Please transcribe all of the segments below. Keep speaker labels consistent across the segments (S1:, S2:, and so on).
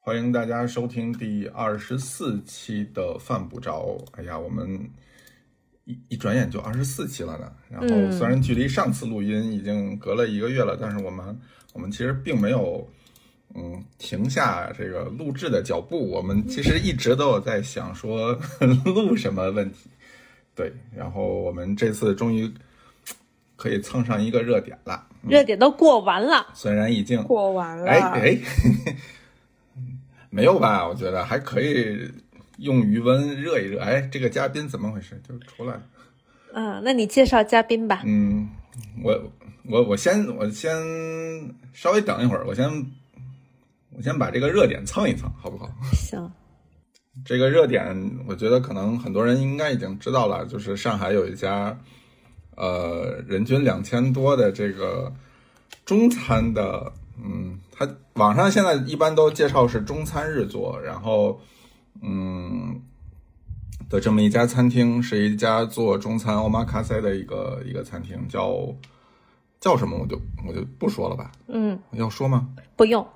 S1: 欢迎大家收听第二十四期的犯不着。哎呀，我们一一转眼就二十四期了呢。然后虽然距离上次录音已经隔了一个月了，但是我们我们其实并没有嗯停下这个录制的脚步。我们其实一直都有在想说 录什么问题。对，然后我们这次终于可以蹭上一个热点了，
S2: 热点都过完了，
S1: 虽然已经
S3: 过完了。
S1: 嗯哎哎， 没有吧？我觉得还可以用余温热一热。哎，这个嘉宾怎么回事？就出来了。
S2: 嗯，那你介绍嘉宾吧。
S1: 嗯，我我我先我先稍微等一会儿，我先我先把这个热点蹭一蹭，好不好？
S2: 行，
S1: 这个热点，我觉得可能很多人应该已经知道了，就是上海有一家，呃，人均两千多的这个中餐的，嗯，它网上现在一般都介绍是中餐日做，然后，嗯，的这么一家餐厅，是一家做中餐 omakase 的一个一个餐厅，叫叫什么我就我就不说了吧，
S2: 嗯，
S1: 要说吗？
S2: 不用，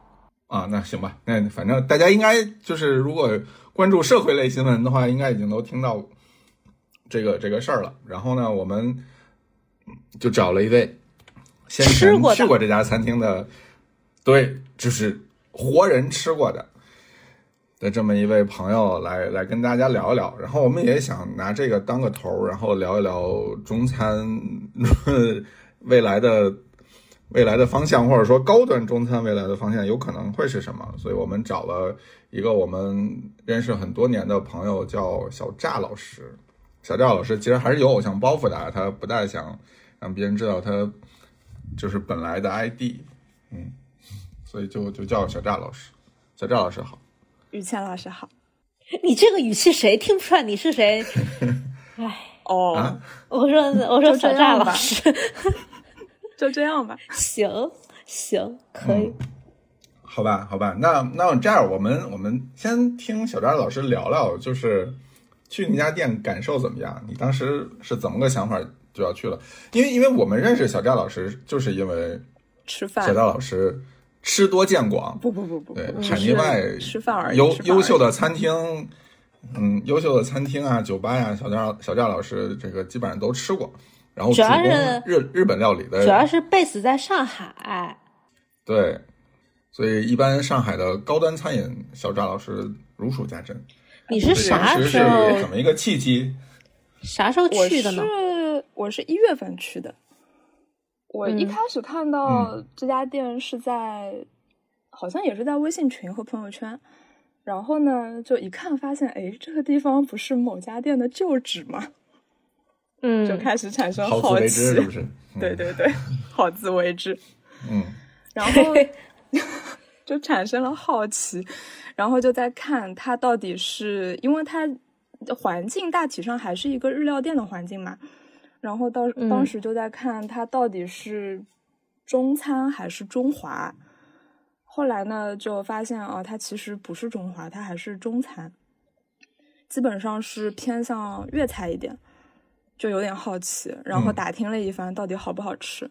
S1: 啊，那行吧，那反正大家应该就是如果关注社会类新闻的话，应该已经都听到这个这个事儿了。然后呢，我们就找了一位先前
S2: 吃过的
S1: 去过这家餐厅的，对，就是活人吃过的的这么一位朋友来来跟大家聊一聊。然后我们也想拿这个当个头儿，然后聊一聊中餐 未来的未来的方向，或者说高端中餐未来的方向有可能会是什么？所以我们找了一个我们认识很多年的朋友，叫小炸老师。小赵老师其实还是有偶像包袱的啊，他不大想让别人知道他就是本来的 ID，嗯，所以就就叫小赵老师。小赵老师好，
S3: 于谦老师好。
S2: 你这个语气谁听不出来你是谁？
S3: 哦、
S1: 啊
S2: 我说我说
S3: 就这
S2: 小
S3: 样
S2: 炸老
S3: 吧
S2: 师，
S3: 就这样吧。
S2: 行行可以，
S1: 嗯好吧，好吧，那那这样，我们我们先听小赵老师聊聊，就是去你家店感受怎么样？你当时是怎么个想法就要去了？因为因为我们认识小赵老师，就是因为
S3: 吃
S1: 小
S3: 饭？
S1: 赵老师吃多见广，
S3: 不不不不，
S1: 对
S3: 不
S1: 海
S3: 只
S1: 内外
S3: 是吃饭而已。
S1: 优
S3: 吃饭而已
S1: 优秀的餐厅，嗯，优秀的餐厅啊，酒吧呀、小赵小赵老师这个基本上都吃过，然后
S2: 主要
S1: 主攻
S2: 是
S1: 日日本料理的，
S2: 主要是 base 在上海，
S1: 对，所以一般上海的高端餐饮，小赵老师如数家珍。
S2: 你是啥
S1: 当时
S2: 时候
S1: 是怎么一个契机？
S2: 啥时候
S3: 我
S2: 去的呢？
S3: 是我是一月份去的。我一
S2: 嗯
S3: 开始看到
S1: 嗯
S3: 这家店是在，好像也是在微信群和朋友圈。然后呢，就一看发现，哎，这个地方不是某家店的旧址吗？就
S2: 嗯，
S3: 开始产生
S1: 好自
S3: 好
S1: 为
S3: 奇。
S1: 之，是不是？嗯
S3: 对，对对，好自为之。
S1: 嗯，
S3: 然后就产生了好奇，然后就在看它到底是因为它环境大体上还是一个日料店的环境嘛，然后到
S2: 嗯
S3: 当时就在看它到底是中餐还是中华，后来呢就发现啊，它其实不是中华，它还是中餐，基本上是偏向粤菜一点。就有点好奇，然后
S1: 嗯
S3: 打听了一番，到底好不好吃？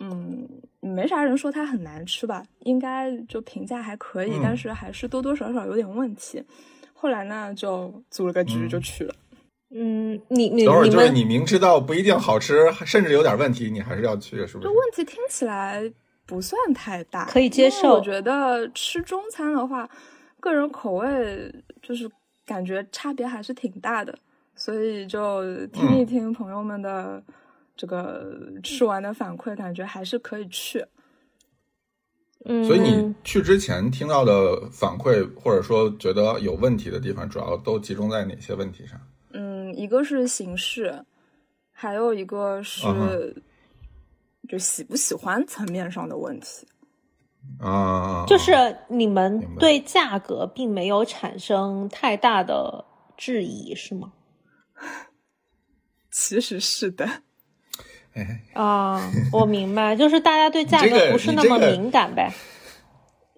S3: 嗯，没啥人说它很难吃吧，应该就评价还可以，
S1: 嗯
S3: 但是还是多多少少有点问题。后来呢，就组了个局
S1: 嗯
S3: 就去了。
S2: 嗯，你你
S1: 等会儿
S2: 你
S1: 就是
S2: 们
S1: 你明知道不一定好吃，甚至有点问题，你还是要去，是不
S3: 这
S1: 是？
S3: 问题听起来不算太大，
S2: 可以接
S3: 因为
S2: 受
S3: 我觉得吃中餐的话，个人口味就是感觉差别还是挺大的，所以就听一
S1: 嗯
S3: 听朋友们的这个吃完的反馈，感觉还是可以去。
S2: 嗯，
S1: 所以你去之前听到的反馈，或者说觉得有问题的地方，主要都集中在哪些问题上？
S3: 嗯，一个是形式，还有一个是、
S1: 啊哈
S3: 就喜不喜欢层面上的问题。
S1: 啊，
S2: 就是你
S1: 明
S2: 们
S1: 白
S2: 对价格并没有产生太大的质疑，是吗？
S3: 其实是的，
S1: 哎，
S2: 啊，我明白，就是大家对价
S1: 你这个
S2: 格不是那么
S1: 你这个
S2: 敏感呗。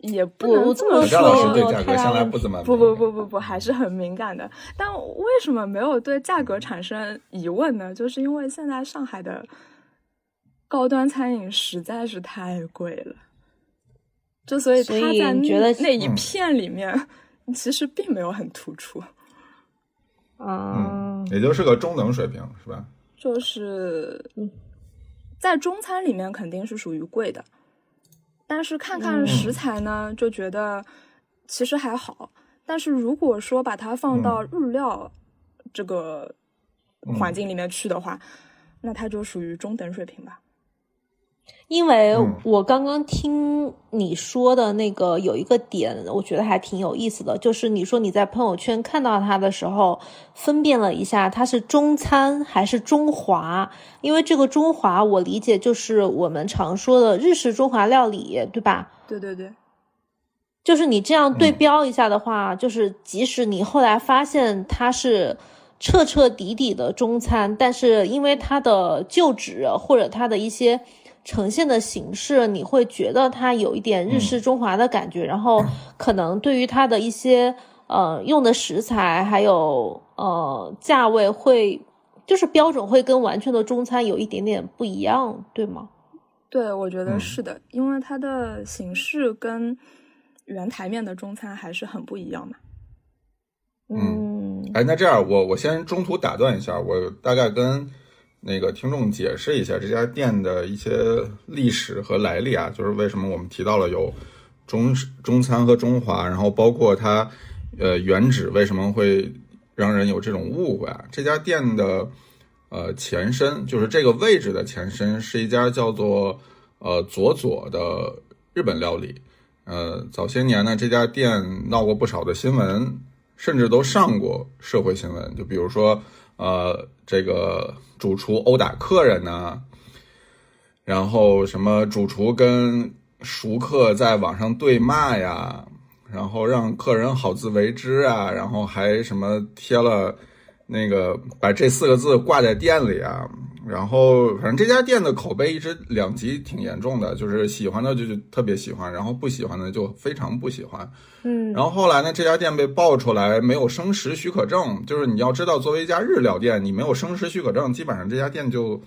S3: 也不
S2: 我
S3: 能
S2: 我
S3: 这
S2: 这么
S3: 么
S1: 小赵老
S2: 说也
S1: 师
S2: 没
S1: 对
S2: 有
S1: 价
S2: 太
S1: 格
S2: 大
S1: 向来
S2: 问
S1: 不怎么
S3: 不
S1: 敏
S3: 不
S1: 感
S3: 不不不，还是很敏感的。但为什么没有对价格产生疑问呢？就是因为现在上海的高端餐饮实在是太贵了，就所以
S2: 所
S3: 他
S2: 以
S3: 在
S2: 你觉
S3: 那
S2: 得
S3: 那一
S1: 嗯
S3: 片里面，其实并没有很突出，
S2: 啊，
S1: 嗯也就是个中等水平，是吧？
S3: 就是
S1: 嗯
S3: 在中餐里面肯定是属于贵的，但是看看
S2: 嗯
S3: 食材呢，就觉得其实还好。但是如果说把它放到
S1: 嗯
S3: 日料这个环境里面去的话，那它就属于中等水平吧。
S2: 因为
S1: 嗯
S2: 我刚刚听你说的那个有一个点，我觉得还挺有意思的，就是你说你在朋友圈看到它的时候，分辨了一下它是中餐还是中华，因为这个中华我理解就是我们常说的日式中华料理，对吧？
S3: 对对对，
S2: 就是你这样对标一下的话，就是即使你后来发现它是彻彻底底的中餐，但是因为它的就职或者它的一些呈现的形式，你会觉得它有一点日式中华的感觉，然后可能对于它的一些呃用的食材还有呃价位会。就是标准会跟完全的中餐有一点点不一样，对吗？
S3: 对，我觉得
S1: 嗯
S3: 是的，因为它的形式跟原台面的中餐还是很不一样嘛。
S1: 嗯
S2: 嗯
S1: 哎，那这样我我先中途打断一下，我大概跟那个听众解释一下这家店的一些历史和来历啊，就是为什么我们提到了有中中餐和中华，然后包括它呃原址为什么会让人有这种误会啊？这家店的呃前身就是这个位置的前身是一家叫做呃佐佐的日本料理。呃，早些年呢，这家店闹过不少的新闻，甚至都上过社会新闻，就比如说，呃，这个主厨殴打客人呐、然后什么主厨跟熟客在网上对骂呀，然后让客人好自为之啊，然后还什么贴了那个把这四个字挂在店里啊，然后反正这家店的口碑一直两极挺严重的，就是喜欢的就就特别喜欢，然后不喜欢的就非常不喜欢。
S2: 嗯
S1: 然后后来呢，这家店被爆出来没有生食许可证，就是你要知道，作为一家日料店，你没有生食许可证，基本上这家店就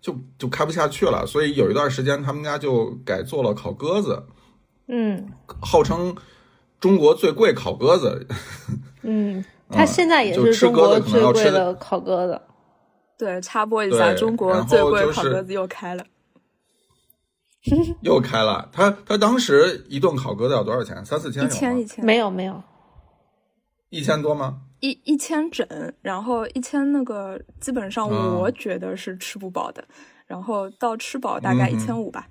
S1: 就就开不下去了。所以有一段时间，他们家就改做了烤鸽子，
S2: 嗯
S1: 号称中国最贵烤鸽子。
S2: 嗯，它现在也
S1: 就是吃
S2: 中
S1: 鸽子
S2: 国
S1: 可能
S2: 最
S1: 要
S2: 贵
S1: 吃
S2: 的烤鸽子。
S3: 对，插播一下，
S1: 对
S3: 中国
S1: 然后
S3: 最贵
S1: 就是
S3: 烤鸽子又开了，
S1: 又开了，他他当时一顿烤鸽子要多少钱？三四千
S3: 一
S1: 有吗？
S3: 千一千
S2: 没有没有，
S1: 一千多吗？
S3: 一一千整，然后一千那个基本上
S1: 嗯
S3: 我觉得是吃不饱的，然后到吃饱大概
S1: 嗯
S3: 一千五吧。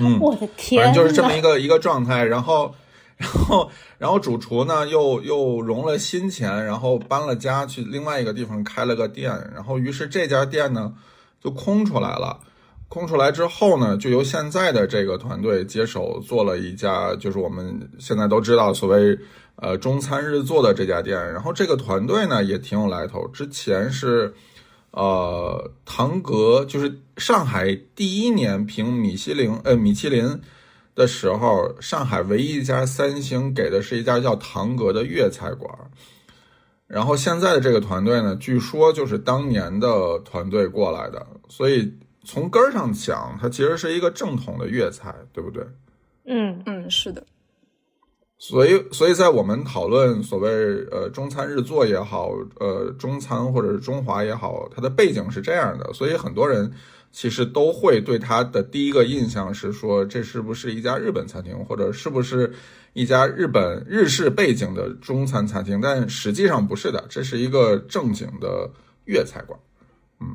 S1: 嗯，
S2: 我的天
S1: 反
S2: 呐，
S1: 正就是这么一个一个状态。然后，然后，然后主厨呢又又融了新钱，然后搬了家去另外一个地方开了个店。然后，于是这家店呢就空出来了。空出来之后呢，就由现在的这个团队接手做了一家，就是我们现在都知道所谓呃中餐日做的这家店。然后这个团队呢也挺有来头，之前是。呃，唐阁就是上海第一年评米其林呃米其林的时候，上海唯一一家三星给的是一家叫唐阁的粤菜馆儿。然后现在的这个团队呢，据说就是当年的团队过来的，所以从根儿上讲，它其实是一个正统的粤菜，对不对？
S2: 嗯
S3: 嗯，是的，
S1: 所以，所以在我们讨论所谓呃中餐日做也好，呃中餐或者是中华也好，它的背景是这样的，所以很多人其实都会对它的第一个印象是说，这是不是一家日本餐厅，或者是不是一家日本日式背景的中餐餐厅？但实际上不是的，这是一个正经的粤菜馆。嗯，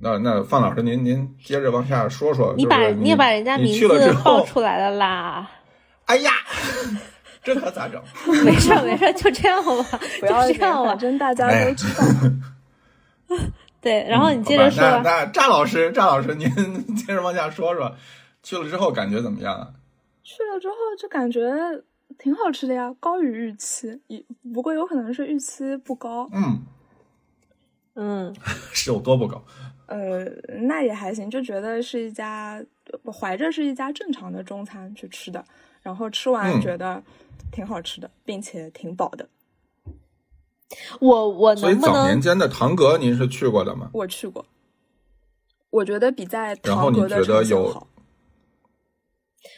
S1: 那那范老师，您您接着往下说说，
S2: 你
S1: 就
S2: 把
S1: 是
S2: 也把人家
S1: 你
S2: 名
S1: 去了之
S2: 字报
S1: 后，
S2: 出来 了啦，
S1: 哎呀，这可咋整？
S2: 没事儿没事儿，就这样吧，
S3: 不要
S2: 就
S3: 紧
S2: 这样吧
S3: 反。正大家
S1: 哎
S3: 都
S1: 呀
S3: 知道。
S2: 对，然后你接
S1: 嗯好
S2: 着
S1: 吧
S2: 说吧。
S1: 那那赵老师，赵老师，您 接着往下说说，去了之后感觉怎么样啊？
S3: 去了之后就感觉挺好吃的呀，高于预期，也不过有可能是预期不高，
S1: 嗯，
S2: 嗯
S1: 是有多不高？
S3: 呃，那也还行，就觉得是一家怀着是一家正常的中餐去吃的，然后吃完
S1: 嗯
S3: 觉得挺好吃的，并且挺饱的。
S2: 我我
S1: 所以
S2: 能不
S1: 早年
S2: 能
S1: 间的唐阁您是去过的吗？
S3: 我去过，我觉得比在
S1: 然后
S3: 唐
S1: 你
S3: 阁的
S1: 觉得
S3: 城
S1: 有
S3: 乡好。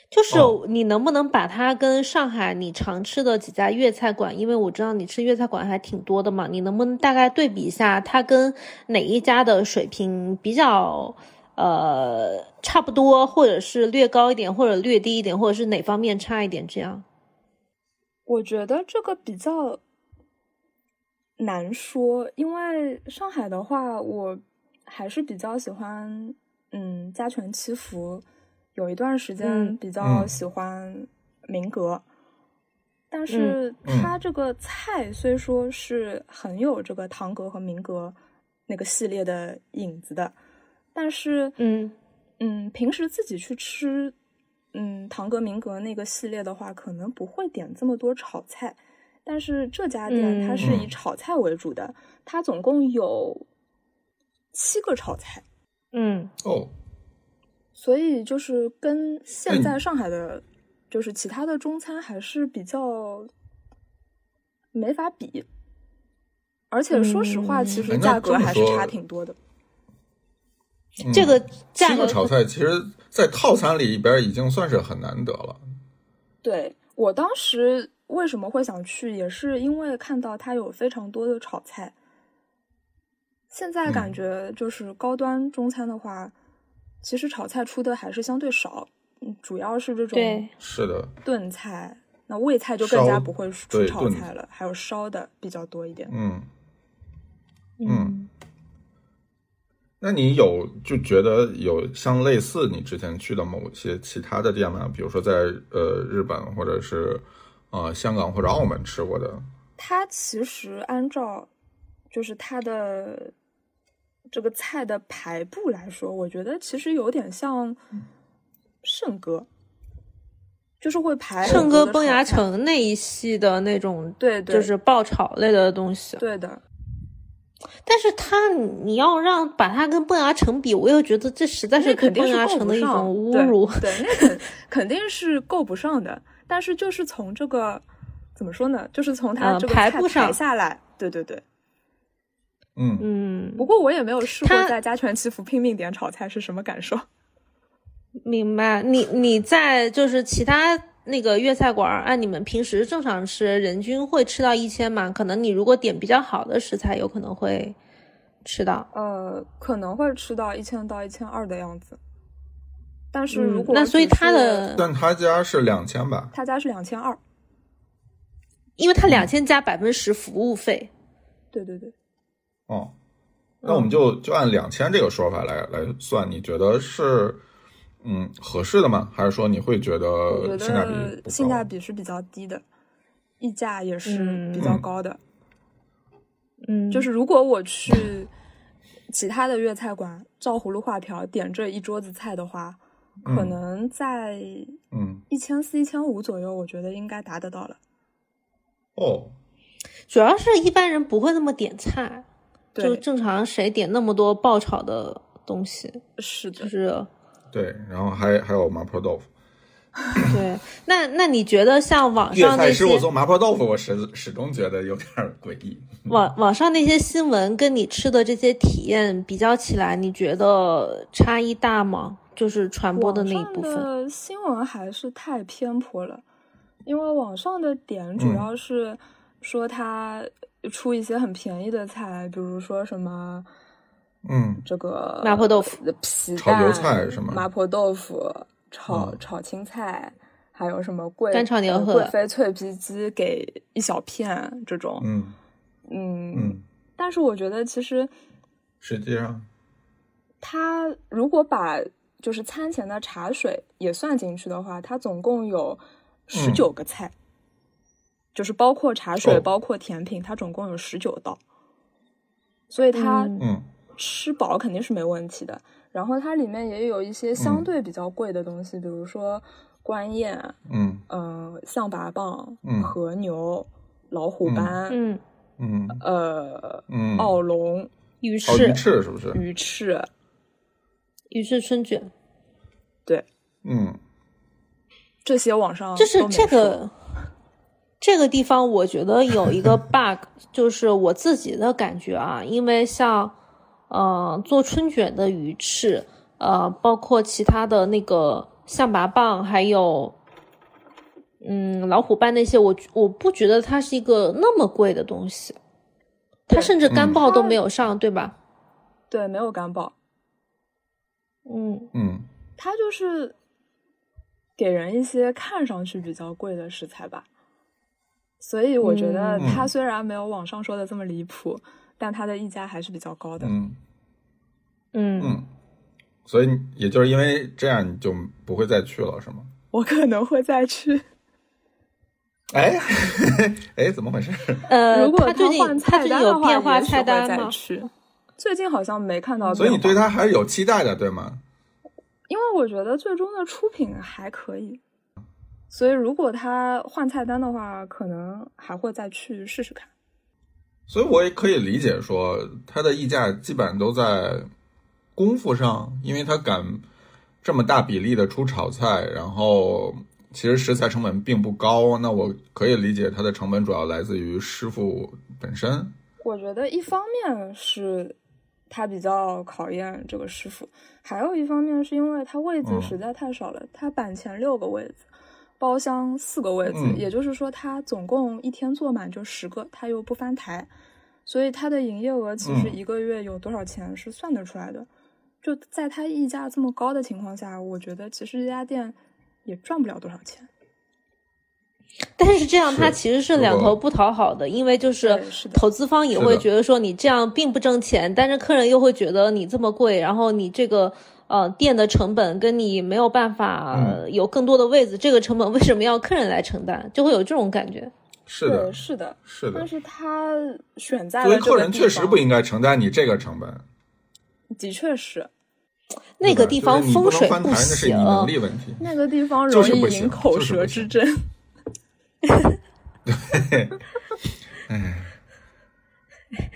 S2: 就是
S1: 哦
S2: 你能不能把它跟上海你常吃的几家粤菜馆，因为我知道你吃粤菜馆还挺多的嘛，你能不能大概对比一下它跟哪一家的水平比较呃差不多，或者是略高一点，或者略低一点，或者是哪方面差一点这样？
S3: 我觉得这个比较难说，因为上海的话，我还是比较喜欢，嗯，家拳七福，有一段时间
S2: 嗯
S3: 比较
S1: 嗯
S3: 喜欢明格，但是
S1: 嗯
S3: 它这个菜虽说是很有这个唐阁和民阁那个系列的影子的，但是
S2: 嗯
S3: 嗯，平时自己去吃，嗯，唐阁、民阁那个系列的话，可能不会点这么多炒菜。但是这家店它
S2: 嗯
S3: 是以
S1: 嗯
S3: 炒菜为主的，它总共有七个炒菜，
S2: 嗯
S1: 哦，
S3: 所以就是跟现
S1: 嗯
S3: 在上海的，就是其他的中餐还是比较没法比。而且说实话，
S2: 嗯
S3: 其
S1: 哎
S3: 实
S1: 那
S3: 价
S1: 这
S3: 格
S1: 么
S3: 还是
S1: 说
S3: 差挺多的。
S1: 嗯
S2: 这个价
S1: 七
S2: 格
S1: 个炒菜其实，在套餐里边已经算是很难得了。
S3: 对我当时为什么会想去，也是因为看到它有非常多的炒菜。现在感
S1: 嗯
S3: 觉就是高端中餐的话，其实炒菜出的还是相对少，嗯主要是这种
S2: 对
S1: 是的，
S3: 炖菜。那味菜就更加
S1: 烧
S3: 不会出
S1: 对
S3: 炒
S1: 炖
S3: 菜了，还有烧的比较多一点。
S1: 嗯，嗯那你有就觉得有像类似你之前去的某些其他的店吗？比如说在呃日本或者是呃香港或者澳门吃过的？
S3: 它其实按照就是它的这个菜的排布来说，我觉得其实有点像圣歌，就是会排
S2: 圣
S3: 很
S2: 歌
S3: 多的
S2: 崩牙
S3: 炒菜，
S2: 城那一系的那种，
S3: 对对
S2: 就是爆炒类的东西。
S3: 对的，
S2: 但是它你要让把它跟崩牙城比，我又觉得这实在
S3: 那
S2: 是对
S3: 肯定
S2: 崩
S3: 是
S2: 牙
S3: 够
S2: 城
S3: 不
S2: 的一
S3: 上
S2: 种
S3: 对
S2: 侮辱。
S3: 对，那肯肯定是够不上的。但是就是从这个怎么说呢，就是从它
S2: 呃
S3: 这个
S2: 排
S3: 菜
S2: 布
S3: 排
S2: 上
S3: 下来，对对对。
S1: 嗯，
S2: 嗯，
S3: 不过我也没有试过
S2: 它
S3: 在家全祈福拼命点炒菜是什么感受。
S2: 明白。你你在就是其他那个粤菜馆儿，按你们平时正常吃，人均会吃到一千嘛？可能你如果点比较好的食材，有可能会吃到。
S3: 呃，可能会吃到一千到一千二的样子。但是如
S2: 嗯，
S3: 果、
S2: 那所以它的，
S1: 但他家是两千吧？
S3: 他家是两千二，
S2: 因为它两千加百分之十服务费，
S3: 对对对，
S1: 哦，
S3: 嗯
S1: 那我们就就按两千这个说法来来算，你觉得是嗯合适的吗？还是说你会觉
S3: 我
S1: 得
S3: 觉
S1: 呃性价比
S3: 得
S1: 不
S3: 性
S1: 高
S3: 价？比是比较低的，溢价也是
S2: 嗯
S3: 比较高的。
S2: 嗯，
S3: 就是如果我去其他的粤菜馆照葫芦画瓢点这一桌子菜的话，可
S1: 嗯
S3: 能在
S1: 嗯
S3: 一千四、一千五左右，我觉得应该达得到了。
S1: 哦，
S2: 主要是一般人不会那么点菜，就
S3: 对，
S2: 正常谁点那么多爆炒的东西，
S3: 是的
S2: 就。是
S1: 对，然后还还有麻婆豆腐，
S2: 对。那那你觉得像
S3: 啊
S2: 网
S1: 粤
S2: 上那
S1: 菜
S2: 些
S1: 师傅做麻婆豆腐，我始始终觉得有点儿诡异。
S2: 网网上那些新闻跟你吃的这些体验比较起来，你觉得差异大吗？就是传播
S3: 网
S2: 的
S3: 上
S2: 那一部分，
S3: 的新闻还是太偏颇了，因为网上的点主
S1: 嗯
S3: 要是说他出一些很便宜的菜，比如说什么
S1: 嗯
S3: 这个
S2: 麻婆豆腐
S3: 呃、皮
S1: 炒油
S3: 蛋
S1: 菜是吗
S3: 麻婆豆腐、炒、
S1: 嗯
S3: 炒青菜，还有什么贵
S2: 干炒牛
S3: 呃
S2: 河
S3: 贵妃脆皮鸡给一小片这种，
S1: 嗯
S3: 嗯
S1: 嗯，
S3: 但是我觉得其实
S1: 实际上，
S3: 它如果把就是餐前的茶水也算进去的话，它总共有十九个菜，就是包括茶水、
S1: 嗯哦
S3: 包括甜品，它总共有十九道，所以它
S2: 嗯
S1: 嗯
S3: 吃饱肯定是没问题的。然后它里面也有一些相对比较贵的东西，比如说官宴、
S1: 嗯
S3: 呃象拔蚌、
S1: 嗯
S3: 和牛、老虎斑、
S2: 嗯，
S1: 嗯
S3: 呃
S1: 嗯，
S3: 奥龙、
S2: 鱼
S1: 哦鱼
S2: 翅、
S1: 翅是不是？
S3: 鱼翅，
S2: 鱼翅春卷，
S3: 对。
S1: 嗯
S3: 这些网上
S2: 就是
S3: 哦都没
S2: 这
S3: 说
S2: 个这个地方，我觉得有一 个 bug，就是我自己的感觉啊，因为像呃做春卷的鱼翅，呃，包括其他的那个象拔蚌，还有嗯老虎斑那些，我我不觉得它是一个那么贵的东西，它
S3: 对
S2: 甚至干
S1: 嗯
S2: 鲍都
S3: 它
S2: 没有上，对吧？
S3: 对，没有干鲍，
S2: 嗯
S1: 嗯，
S3: 它就是给人一些看上去比较贵的食材吧。所以我觉得
S2: 嗯
S3: 它虽然没有网上说的这么离谱，但它的溢价还是比较高的。
S1: 嗯
S2: 嗯，
S1: 嗯，所以你也就是因为这样，你就不会再去了，是吗？
S3: 我可能会再去。
S1: 哎， 哎，怎么回事？
S2: 呃，
S3: 如果
S2: 它最
S3: 换
S2: 近它
S3: 菜
S2: 最近
S3: 单
S2: 有
S3: 的话，
S2: 变化
S3: 也许
S2: 菜
S3: 会
S2: 单
S3: 再
S2: 吗？
S3: 去。最近好像没看到变化，
S1: 所以你对它还是有期待的，对吗？
S3: 因为我觉得最终的出品还可以，所以如果他换菜单的话，可能还会再去试试看。
S1: 所以我也可以理解说，它的溢价基本上都在功夫上，因为它敢这么大比例的出炒菜，然后其实食材成本并不高，那我可以理解它的成本主要来自于师傅本身。
S3: 我觉得一方面是他比较考验这个师傅，还有一方面是因为他位子
S1: 嗯
S3: 实在太少了，他板前六个位子，包厢四个位子，
S1: 嗯
S3: 也就是说他总共一天坐满就十个，他又不翻台，所以他的营业额其实
S1: 嗯
S3: 一个月有多少钱是算得出来的。就在他溢价这么高的情况下，我觉得其实这家店也赚不了多少钱。
S2: 但是这样
S1: 是
S2: 它其实是
S1: 如
S2: 两
S1: 果
S2: 头不讨好的，因为就是
S3: 对是的
S2: 投资方也
S1: 是的
S2: 会觉得说你这样并不挣钱，但是客人又会觉得你这么贵，然后你这个呃店的成本跟你没有办法、
S1: 嗯
S2: 呃有更多的位子，这个成本为什么要客人来承担？就会有这种感觉。
S1: 是的
S3: 对，是的，
S1: 是的
S3: 但，是他选在
S1: 作为
S3: 了这
S1: 客
S3: 个
S1: 人
S3: 地
S1: 确实
S3: 方
S1: 不应该承担你这个成本。
S3: 的确是，
S2: 那个地方
S1: 对吧
S2: 风
S1: 就是
S2: 水
S1: 你不能翻台，那是你
S2: 行，
S1: 能力问题。
S3: 那个地方
S1: 就
S3: 容
S1: 是
S3: 易
S1: 不
S3: 引
S1: 行
S3: 口
S1: 就是
S3: 舌
S1: 不
S3: 之
S1: 行
S3: 争。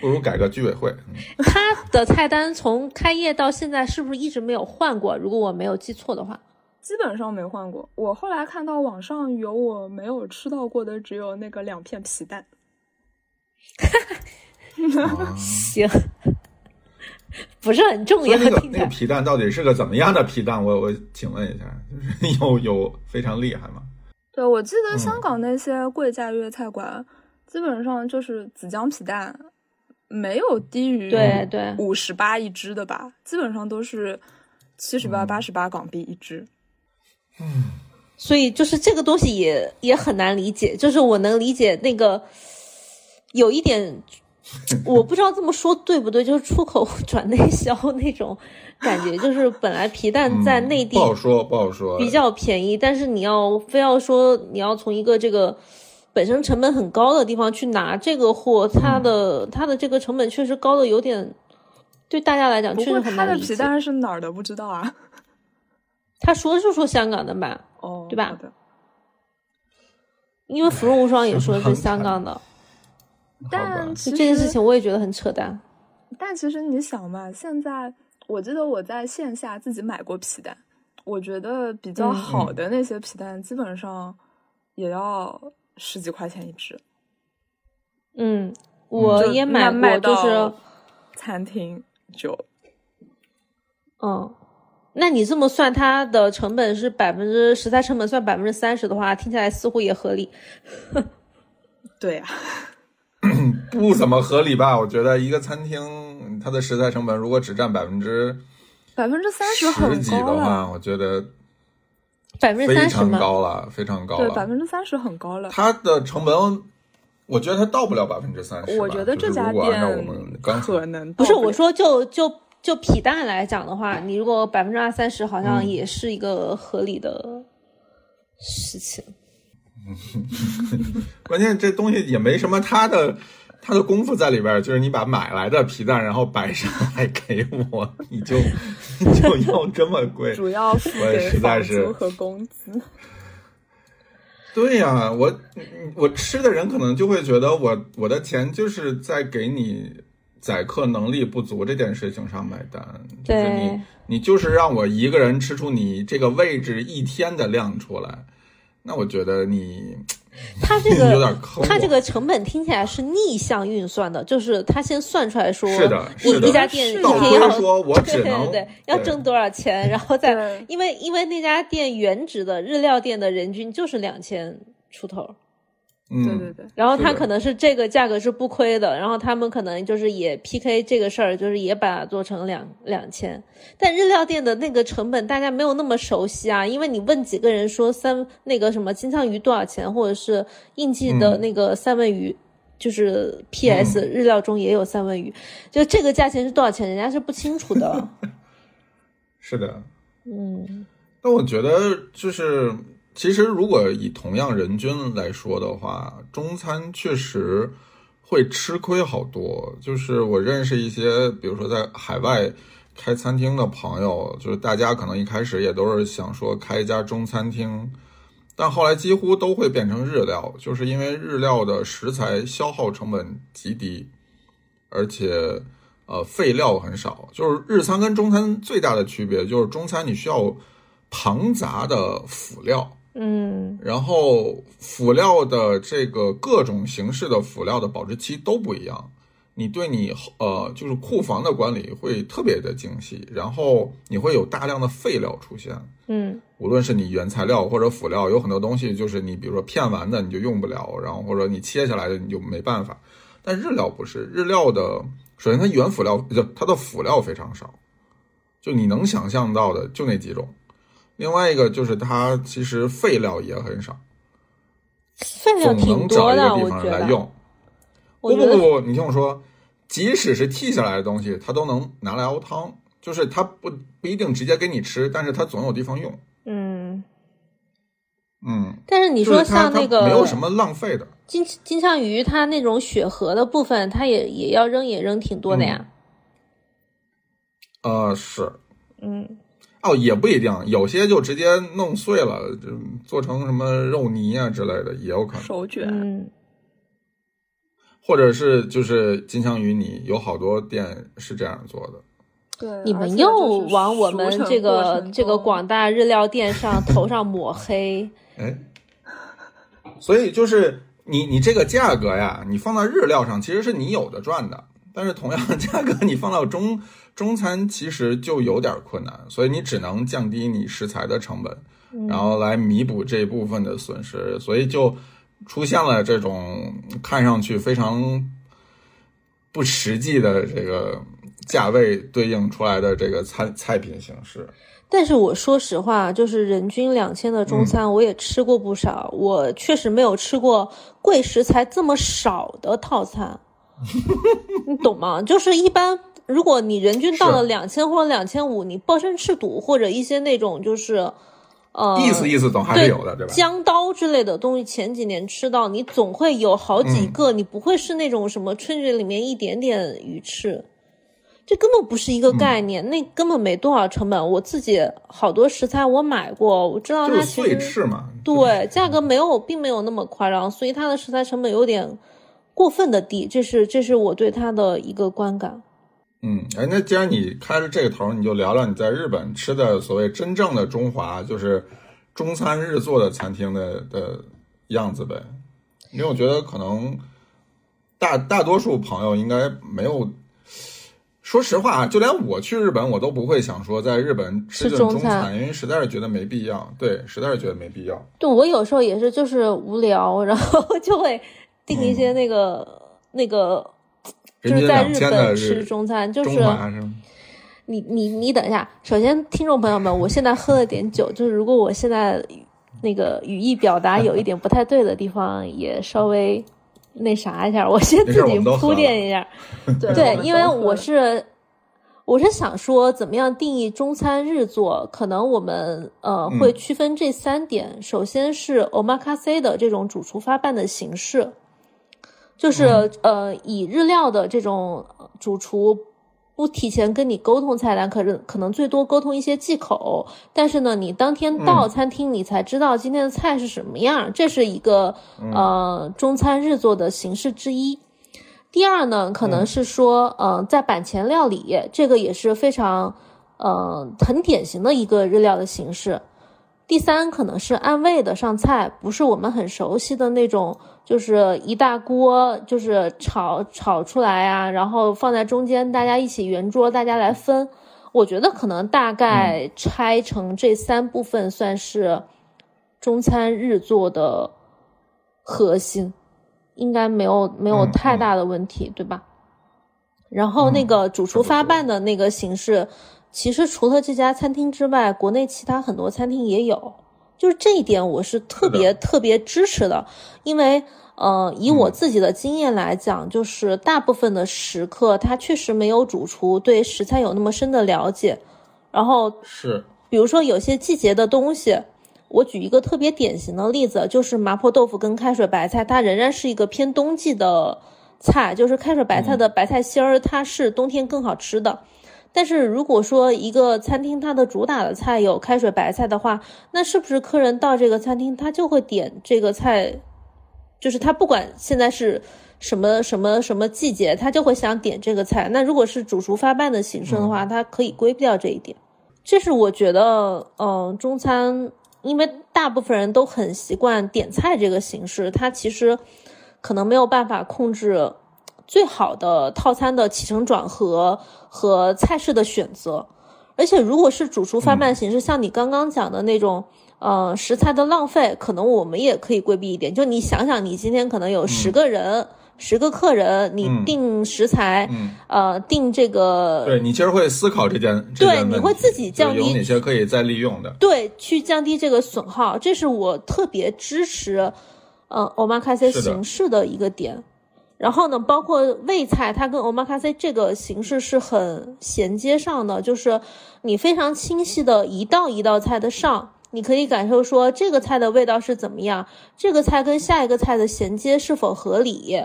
S1: 不如改个居委会。嗯
S2: 它的菜单从开业到现在是不是一直没有换过？如果我没有记错的话，
S3: 基本上没换过。我后来看到网上有我没有吃到过的，只有那个两片皮蛋。
S1: 啊
S2: 行， 不是很重
S1: 所以
S2: 要，
S1: 那个
S2: 听起
S1: 那个
S2: 来。
S1: 皮蛋到底是个怎么样的皮蛋？我 我请问一下，就是有有非常厉害吗？
S3: 对，我记得
S1: 嗯
S3: 香港那些贵价粤菜馆，基本上就是紫姜皮蛋，没有低于
S1: 嗯
S2: 对对
S3: 五十八一只的吧，基本上都是七十
S1: 嗯
S3: 八、八十八港币一只。
S2: 所以就是这个东西也也很难理解，就是我能理解那个有一点，我不知道这么说对不对，就是出口 转内销那种感觉，就是本来皮蛋在内地
S1: 嗯不好说，不好说。
S2: 比较便宜，但是你要非要说你要从一个这个本身成本很高的地方去拿这个货，它
S1: 嗯
S2: 的它的这个成本确实高的有点，对大家来讲
S3: 不
S2: 确实
S3: 过
S2: 很
S3: 它的
S2: 难理
S3: 皮
S2: 解。
S3: 蛋是哪儿的不知道啊？
S2: 他说是说香港的吧，
S3: 哦，
S2: 对吧
S3: 好的。
S2: 因为 芙蓉无双也说是
S1: 香
S2: 香
S1: 港
S2: 港的，
S1: 好吧
S3: 但其
S2: 就
S3: 实
S2: 这件事情我也觉得很扯淡。嗯
S3: 但其实你想嘛，现在我记得我在线下自己买过皮蛋，我觉得比较
S2: 嗯
S3: 好的那些皮蛋基本上也要十几块钱一只，
S2: 嗯，我
S3: 就
S2: 也买
S3: 那卖
S2: 过，
S3: 到
S2: 就是
S3: 餐厅就
S2: 嗯，那你这么算，它的成本是百分之食材成本算百分之三十的话，听起来似乎也合理。
S3: 对啊，
S1: 不怎么合理吧？我觉得一个餐厅它的食材成本如果只占百分之
S3: 百分之三十
S1: 十
S3: 很
S1: 几
S3: 高啊
S1: 的
S3: 了，
S1: 话，我觉得
S2: 百分之
S1: 非
S2: 三十
S1: 常
S2: 吗？
S1: 高了，非常高
S3: 对，百
S1: 了。
S3: 分之三十很高了。
S1: 它的成本，我觉得它到不了百分之三十。
S3: 我觉得
S1: 就是
S3: 这家
S1: 如果按照我们
S3: 店
S1: 刚才
S3: 可能
S2: 不是，
S3: 到
S2: 我
S3: 了
S2: 说就就就皮蛋来讲的话，你如果百分之二三十，好
S1: 嗯
S2: 像也是一个合理的事情。
S1: 关键这东西也没什么他的他的功夫在里边儿，就是你把买来的皮蛋然后摆上来给我，你就你就要这么贵？
S3: 主要付
S1: 我也
S3: 给
S1: 实在
S3: 房
S1: 是
S3: 租和工资，
S1: 对呀、我我吃的人可能就会觉得我我的钱就是在给你宰客能力不足这件事情上买单，就是
S2: 对
S1: 你你就是让我一个人吃出你这个位置一天的量出来，那我觉得你
S2: 它 这个
S1: 有点坑我
S2: 它这个成本听起来是逆向运算的，就是他先算出来说，
S1: 是的
S2: 你
S1: 是的
S2: 一家店一
S3: 倒
S2: 天
S3: 推
S2: 要
S1: 说我只
S2: 对对
S1: 能
S2: 对要
S1: 对
S2: 挣多少钱，然后再
S3: 对
S2: 因为因为那家店原值的日料店的人均就是两千出头，
S3: 对对
S1: 嗯，
S3: 对，
S2: 然后
S1: 是
S2: 他
S1: 的
S2: 可能是这个价格是不亏的，然后他们可能就是也 PK 这个事儿，就是也把它做成两两千。但日料店的那个成本大家没有那么熟悉啊，因为你问几个人说三那个什么金枪鱼多少钱，或者是应季的
S1: 嗯
S2: 那个三文鱼，就是 PS、日料中也有三文鱼，就这个价钱是多少钱，人家是不清楚 的。
S1: 是的。
S2: 嗯，
S1: 但我觉得就是，其实如果以同样人均来说的话，中餐确实会吃亏好多。就是我认识一些，比如说在海外开餐厅的朋友，就是大家可能一开始也都是想说开一家中餐厅，但后来几乎都会变成日料，就是因为日料的食材消耗成本极低，而且。呃，废料很少，就是日餐跟中餐最大的区别就是中餐你需要庞杂的辅料，
S2: 嗯，
S1: 然后辅料的这个各种形式的辅料的保质期都不一样，你对你呃就是库房的管理会特别的精细，然后你会有大量的废料出现，
S2: 嗯，
S1: 无论是你原材料或者辅料，有很多东西就是你比如说片完的你就用不了，然后或者你切下来的你就没办法。但日料不是，日料的首先它原辅料就它的辅料非常少，就你能想象到的就那几种。另外一个就是它其实废料也很少，
S2: 分量
S1: 总
S2: 挺
S1: 能找
S2: 多
S1: 一个
S2: 的，
S1: 地
S2: 我
S1: 方
S2: 觉
S1: 来
S2: 得，
S1: 用。
S2: 我
S1: 不
S2: 觉
S1: 不
S2: 得
S1: 不不，你听我说，即使是剔下来的东西，它都能拿来熬汤，就是它不不一定直接给你吃，但是它总有地方用。
S2: 嗯，
S1: 嗯，
S2: 但是你
S1: 你
S2: 说像那个
S1: 没有什么浪费的，
S2: 金金枪鱼它那种血河的部分，它也也要扔，也扔挺多的呀。
S1: 呃，是
S2: 嗯
S1: 哦，也不一定，有些就直接弄碎了，就做成什么肉泥啊之类的，也有可能，
S3: 手卷，
S2: 嗯
S1: 或者是就是金枪鱼泥，有好多店是这样做的，
S3: 对，
S2: 嗯你
S3: 而
S2: 们
S3: 且
S2: 又
S3: 就是
S2: 往我
S3: 熟
S2: 们
S3: 成
S2: 这
S3: 过
S2: 个
S3: 程
S2: 这个
S3: 中
S2: 广大日料店上头上抹黑。
S1: 哎，所以就是你你这个价格呀，你放到日料上其实是你有的赚的，但是同样的价格你放到中中餐其实就有点困难，所以你只能降低你食材的成本，
S2: 嗯
S1: 然后来弥补这部分的损失，所以就出现了这种看上去非常不实际的这个价位对应出来的这个菜菜品形式。
S2: 但是我说实话，就是人均两千
S1: 嗯
S2: 的中餐，我也吃过不少。我确实没有吃过贵食材这么少的套 餐，你懂吗？就是一般，如果你人均到了
S1: 是
S2: 两千或者两千五，你鲍参翅肚或者一些那种就是，呃，
S1: 意思意思总还是
S2: 对
S1: 有的，对吧？
S2: 江刀之类的东西，前几年吃到，你总会有好几
S1: 嗯
S2: 个，你不会是那种什么春卷里面一点点鱼翅，这根本不是一
S1: 嗯
S2: 个概念，那根本没多少成本。我自己好多食材我买过，我知道
S1: 就是
S2: 它其
S1: 碎
S2: 实
S1: 翅嘛，
S2: 对价格没有，并没有那么夸张，所以它的食材成本有点过分的低，这是这是我对它的一个观感。
S1: 嗯，哎，那既然你开了这个头儿，你就聊聊你在日本吃的所谓真正的中华，就是中餐日做的餐厅的的样子呗。因为我觉得可能大大多数朋友应该没有，说实话，啊就连我去日本，我都不会想说在日本吃
S2: 吃
S1: 顿
S2: 中
S1: 中
S2: 餐
S1: 餐，因为实在是觉得没必要。对，实在是觉得没必要。
S2: 对我有时候也是，就是无聊，然后 就会订一
S1: 嗯
S2: 些那个、那个就
S1: 人
S2: 是
S1: 均
S2: 在
S1: 两
S2: 日
S1: 千的
S2: 本
S1: 日
S2: 吃中餐，就是
S1: 中华啊是吗？
S2: 你你你等一下，首先听众朋友们，我现在喝了点酒，就是如果我现在那个语义表达有一点不太对的地方，也稍微那啥一下，我先
S1: 没事
S2: 自己
S1: 我们都喝
S2: 铺
S1: 了
S2: 垫一下。
S3: 对
S2: 对，
S3: 们
S2: 因
S3: 都
S2: 为
S3: 会
S2: 我是我是想说，怎么样定义中餐日做？可能我们呃
S1: 嗯
S2: 会区分这三点。首先是 omakase 的这种主厨发办的形式，就是、
S3: 嗯
S2: 呃以日料的这种呃主厨。不提前跟你沟通菜单，可是可能最多沟通一些忌口，但是呢，你当天
S3: 嗯
S2: 到餐厅，你才知道今天的菜是什么样，这是一个
S3: 嗯
S2: 呃中餐日做的形式之一。第二呢，可能是说，嗯、在板前料理呃这个也是非常，嗯、很典型的一个日料的形式。第三可能是按胃的上菜，不是我们很熟悉的那种，就是一大锅就是炒炒出来啊，然后放在中间，大家一起圆桌，大家来分。我觉得可能大概
S1: 嗯
S2: 拆成这三部分算是中餐日做的核心，应该没有没有
S1: 嗯
S2: 太
S1: 嗯
S2: 大的问题，对吧？然后那个主厨发办的那个形式，其实除了这家餐厅之外，国内其他很多餐厅也有。就是这一点，我是特别
S1: 是
S2: 特别支持的，因为呃，以我自己的经验来讲，就是大部分的食客他确实没有主厨对食材有那么深的了解，然后
S1: 是，
S2: 比如说有些季节的东西，我举一个特别典型的例子，就是麻婆豆腐跟开水白菜，它仍然是一个偏冬季的菜，就是开水白菜的白菜心儿，它是冬天更好吃的。但是如果说一个餐厅它的主打的菜有开水白菜的话，那是不是客人到这个餐厅他就会点这个菜？就是他不管现在是什么什么什么季节，他就会想点这个菜。那如果是主厨发办的形式的话，他可以规避掉这一点。这是我觉得，嗯、中餐因为大部分人都很习惯点菜这个形式，它其实可能没有办法控制最好的套餐的起承转合和菜式的选择。而且，如果是主厨
S1: 嗯
S2: 发办形式，像你刚刚讲的那种，呃，食材的浪费，可能我们也可以规避一点。就你想想，你今天可能有十个人、十个客人，你
S1: 嗯
S2: 定食材，
S1: 嗯，
S2: 呃，定这个
S1: 对你其实会思考这件，这
S2: 对
S1: 件
S2: 你
S1: 问
S2: 会
S1: 题
S2: 自己
S1: 就
S2: 降低
S1: 有哪些可以再利用的，
S2: 对，去降低这个损耗，这是我特别支持，呃，omakase
S1: 是的
S2: 形式的一个点。然后呢，包括味菜，它跟 omakase 这个形式是很衔接上的，就是你非常清晰的一道一道菜的上，你可以感受说这个菜的味道是怎么样，这个菜跟下一个菜的衔接是否合理。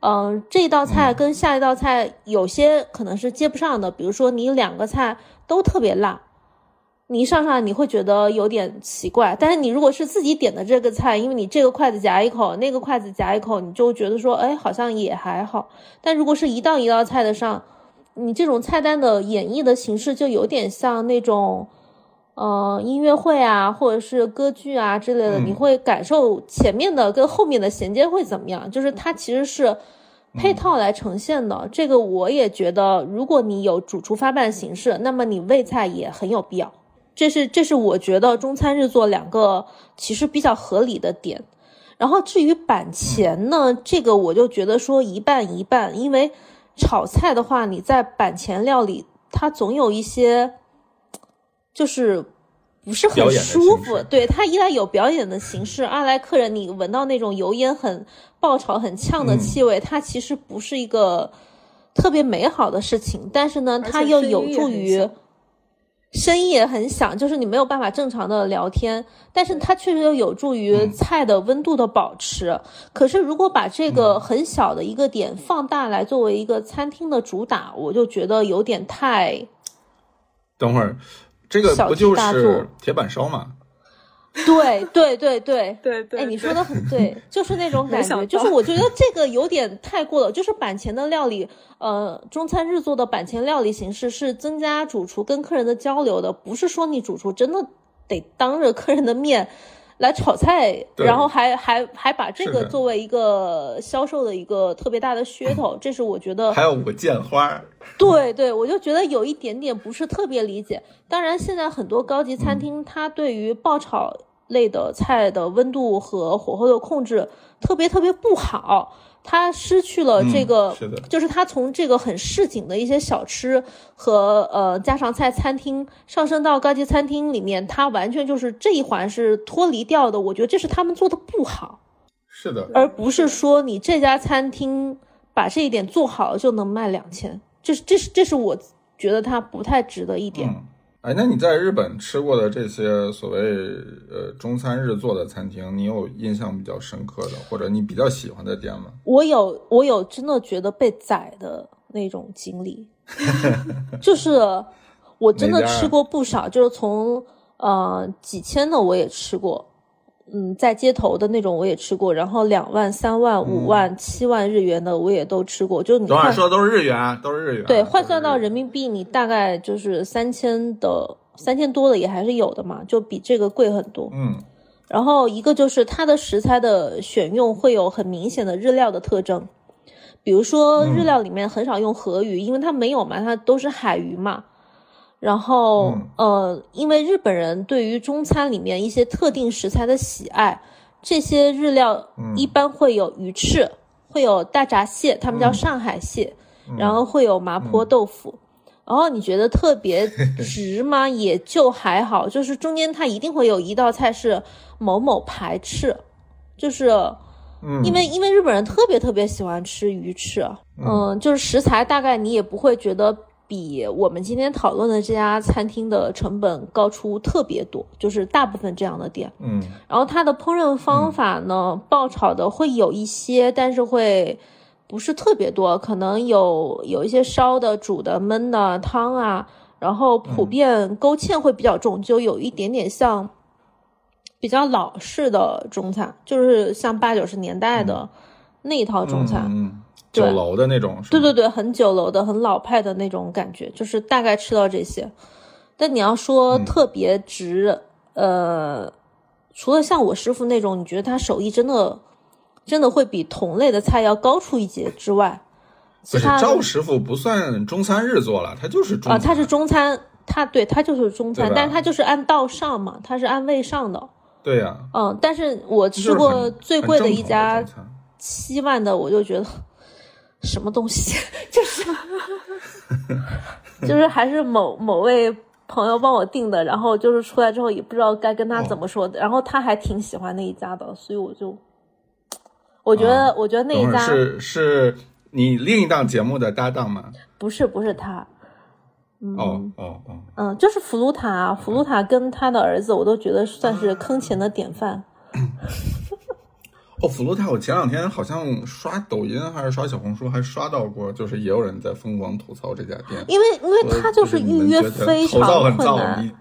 S2: 嗯，这道菜跟下一道菜有些可能是接不上的，比如说你两个菜都特别辣，你一上上你会觉得有点奇怪，但是你如果是自己点的这个菜，因为你这个筷子夹一口，那个筷子夹一口，你就觉得说，哎，好像也还好。但如果是一道一道菜的上，你这种菜单的演绎的形式就有点像那种，呃，音乐会啊，或者是歌剧啊之类的，
S1: 嗯
S2: 你会感受前面的跟后面的衔接会怎么样？就是它其实是
S1: 嗯
S2: 配套来呈现的。这个我也觉得，如果你有主厨发办形式，那么你味菜也很有必要。这是这是我觉得中餐日做两个其实比较合理的点。然后至于板前呢，这个我就觉得说一半一半，因为炒菜的话，你在板前料理，它总有一些就是不是
S1: 表
S2: 很
S1: 演的
S2: 舒
S1: 形
S2: 服
S1: 式。
S2: 对，它一来有表演的形式，二来客人你闻到那种油烟很爆炒、很呛的
S1: 嗯
S2: 气味，它其实不是一个特别美好的事情。但是呢，
S3: 而
S2: 它
S3: 且
S2: 又
S3: 声
S2: 有
S3: 音也
S2: 助
S3: 很
S2: 于。
S3: 响
S2: 声音也很响，就是你没有办法正常的聊天，但是它确实又有助于
S1: 嗯
S2: 菜的温度的保持。可是如果把这
S1: 嗯
S2: 个很小的一个点放大来作为一个餐厅的主打，我就觉得有点太
S1: 等会儿。这个
S2: 嗯小
S1: 不
S2: 题
S1: 就
S2: 大
S1: 是
S2: 做
S1: 铁板烧吗？
S2: 对对对对。
S3: 对对，
S2: 哎，你
S3: 对
S2: 说的很 对，就是那种感
S3: 没想
S2: 觉，
S3: 到
S2: 就是我觉得这个有点太过了。就是板前的料理，呃，中餐日做的板前料理形式是增加主厨跟客人的交流的，不是说你主厨真的得当着客人的面来炒菜，
S1: 对
S2: 然后还还还把这
S1: 是
S2: 个
S1: 的
S2: 作为一个销售的一个特别大的噱头，这是我觉得
S1: 还有五件花儿，
S2: 对对，我就觉得有一点点不是特别理解。当然，现在很多高级
S1: 嗯
S2: 餐厅，它对于爆炒类的菜的温度和火候的控制特别特别不好，它失去了呃这
S1: 嗯
S2: 个，
S1: 是的
S2: 就是它从这个很市井的一些小吃和呃家常菜餐厅上升到高级餐厅里面，它完全就是这一环是脱离掉的。我觉得这是他们做的不好。
S1: 是的，嗯
S2: 而不是说你这家餐厅把这一点做好就能卖两千，这是这是这是我觉得它不太值得一点。
S1: 嗯，哎，那你在日本吃过的这些所谓呃中餐日做的餐厅，你有印象比较深刻的，或者你比较喜欢的店吗？
S2: 我有我有真的觉得被宰的那种经历，就是我真的
S1: 哪家啊
S2: 吃过不少，就是从呃几千的我也吃过，嗯，在街头的那种我也吃过，然后两万、三万、五万、七万日元的我也都吃过，就是你
S1: 等会儿
S2: 换
S1: 说的都是日元啊，都是日元啊。
S2: 对
S1: 都是
S2: 换算到
S1: 日元
S2: 人民币，你大概就是三千的三千多的也还是有的嘛，就比这个贵很多。
S1: 嗯
S2: 然后一个就是它的食材的选用会有很明显的日料的特征，比如说日
S1: 嗯
S2: 料里面很少用河鱼，因为它没有嘛，它都是海鱼嘛。然后、
S1: 嗯
S2: 呃，因为日本人对于中餐里面一些特定食材的喜爱，这些日料
S1: 嗯
S2: 一般会有鱼翅，会有大闸蟹，他们叫
S1: 嗯
S2: 上海蟹，然后会有麻婆豆腐。然后你觉得特别值吗？也就还好，就是中间它一定会有一道菜是某某排斥，就是
S1: 嗯，
S2: 因为、因为日本人特别特别喜欢吃鱼翅，
S1: 嗯
S2: 嗯就是食材大概你也不会觉得比我们今天讨论的这家餐厅的成本高出特别多，就是大部分这样的店。
S1: 嗯
S2: 然后它的烹饪方法呢，爆炒的会有一些，但是会不是特别多，可能有有一些烧的、煮的、焖的、汤啊，然后普遍勾芡会比较重，就有一点点像比较老式的中餐，就是像八九十年代的那一套中餐。
S1: 嗯嗯酒
S2: 对
S1: 楼的那种，
S2: 对对，对，很酒楼的、很老派的那种感觉，就是大概吃到这些。但你要说
S1: 嗯
S2: 特别值，呃，除了像我师傅那种，你觉得他手艺真的真的会比同类的菜要高出一截之外，
S1: 不
S2: 其
S1: 是
S2: 他的
S1: 赵师傅不算中餐日做了，他就是中
S2: 啊、他是中餐，他对他就是中
S1: 对
S2: 餐，
S1: 吧
S2: 但是他就是按道上嘛，他是按位上的。
S1: 对呀，
S2: 嗯，但是我
S1: 就
S2: 吃
S1: 是
S2: 过
S1: 很
S2: 最
S1: 很
S2: 贵的
S1: 正
S2: 一
S1: 统
S2: 家
S1: 中餐
S2: 七万的，我就觉得什么东西，就是 就是还是某某位朋友帮我订的，然后就是出来之后也不知道该跟他怎么
S1: 哦
S2: 说的，然后他还挺喜欢那一家的，所以我就我觉得、
S1: 啊
S2: 我觉得那一
S1: 等会儿
S2: 家
S1: 是是你另一档节目的搭档吗？
S2: 不是不是他，
S1: 哦哦哦，
S2: 嗯，就是福禄塔，福禄塔跟他的儿子，我都觉得算
S1: 啊
S2: 是坑钱的典范。
S1: 哦，福禄泰，我前两天好像刷抖音还是刷小红书，还刷到过，就是也有人在疯狂吐槽这家店，
S2: 因为因为他
S1: 就
S2: 就是
S1: 你
S2: 预
S1: 们
S2: 约
S1: 觉得
S2: 非
S1: 头
S2: 常
S1: 噪很
S2: 困
S1: 燥，
S2: 难，
S1: 你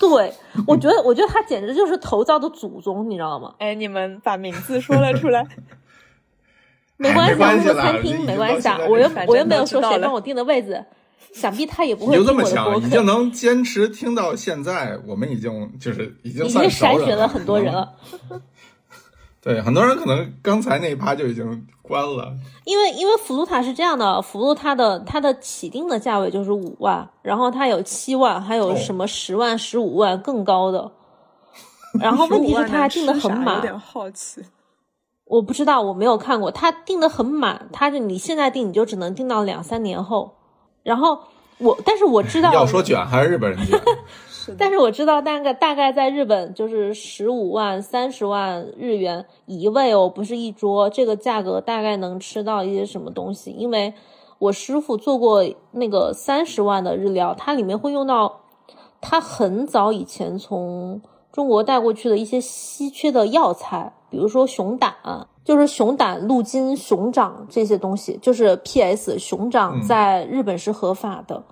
S2: 对，我觉得，我觉得他简直就是头造的祖宗，你知道吗？
S3: 哎，你们把名字说了出来，
S2: 没
S1: 哎
S2: 关
S1: 没关系
S2: 系，我说
S1: 啦
S2: 餐
S1: 已
S2: 厅
S1: 经
S2: 没
S1: 到
S2: 关系啊
S1: 现在，
S2: 我又
S1: 这个
S2: 我又
S3: 反正
S2: 没有
S3: 都
S2: 说
S3: 知道
S2: 谁
S3: 了
S2: 帮我订的位置，想必他也不
S1: 你
S2: 会
S1: 就
S2: 听
S1: 这
S2: 我
S1: 么
S2: 的播
S1: 想，已经
S2: 客，
S1: 能坚持听到现在，我们已经就是已经
S2: 已经
S1: 算熟嗯
S2: 筛
S1: 人
S2: 选了很多人。了。
S1: 对，很多人可能刚才那一趴就已经关了。
S2: 因为因为福禄塔是这样的，福禄它的它的起定的价位就是五万，然后它有七万，还有
S1: 哦
S2: 什么十万、十五万更 高的。 然后问题是他还订的很
S3: 有
S2: 满，
S3: 点好奇。
S2: 我不知道，我没有看过。他订的很满，他就你现在订，你就只能订到两三年后。然后我，但是我知道，
S1: 要说卷还是日本人卷，
S3: 是的，
S2: 但是我知道那个大概在日本就是十五万、三十万日元一位哦，不是一桌，这个价格大概能吃到一些什么东西。因为我师傅做过那个三十万的日料，它里面会用到他很早以前从中国带过去的一些稀缺的药材，比如说熊胆，啊就是熊胆、鹿筋、熊掌这些东西。就是 P.S. 熊掌
S1: 嗯
S2: 在日本是合法的。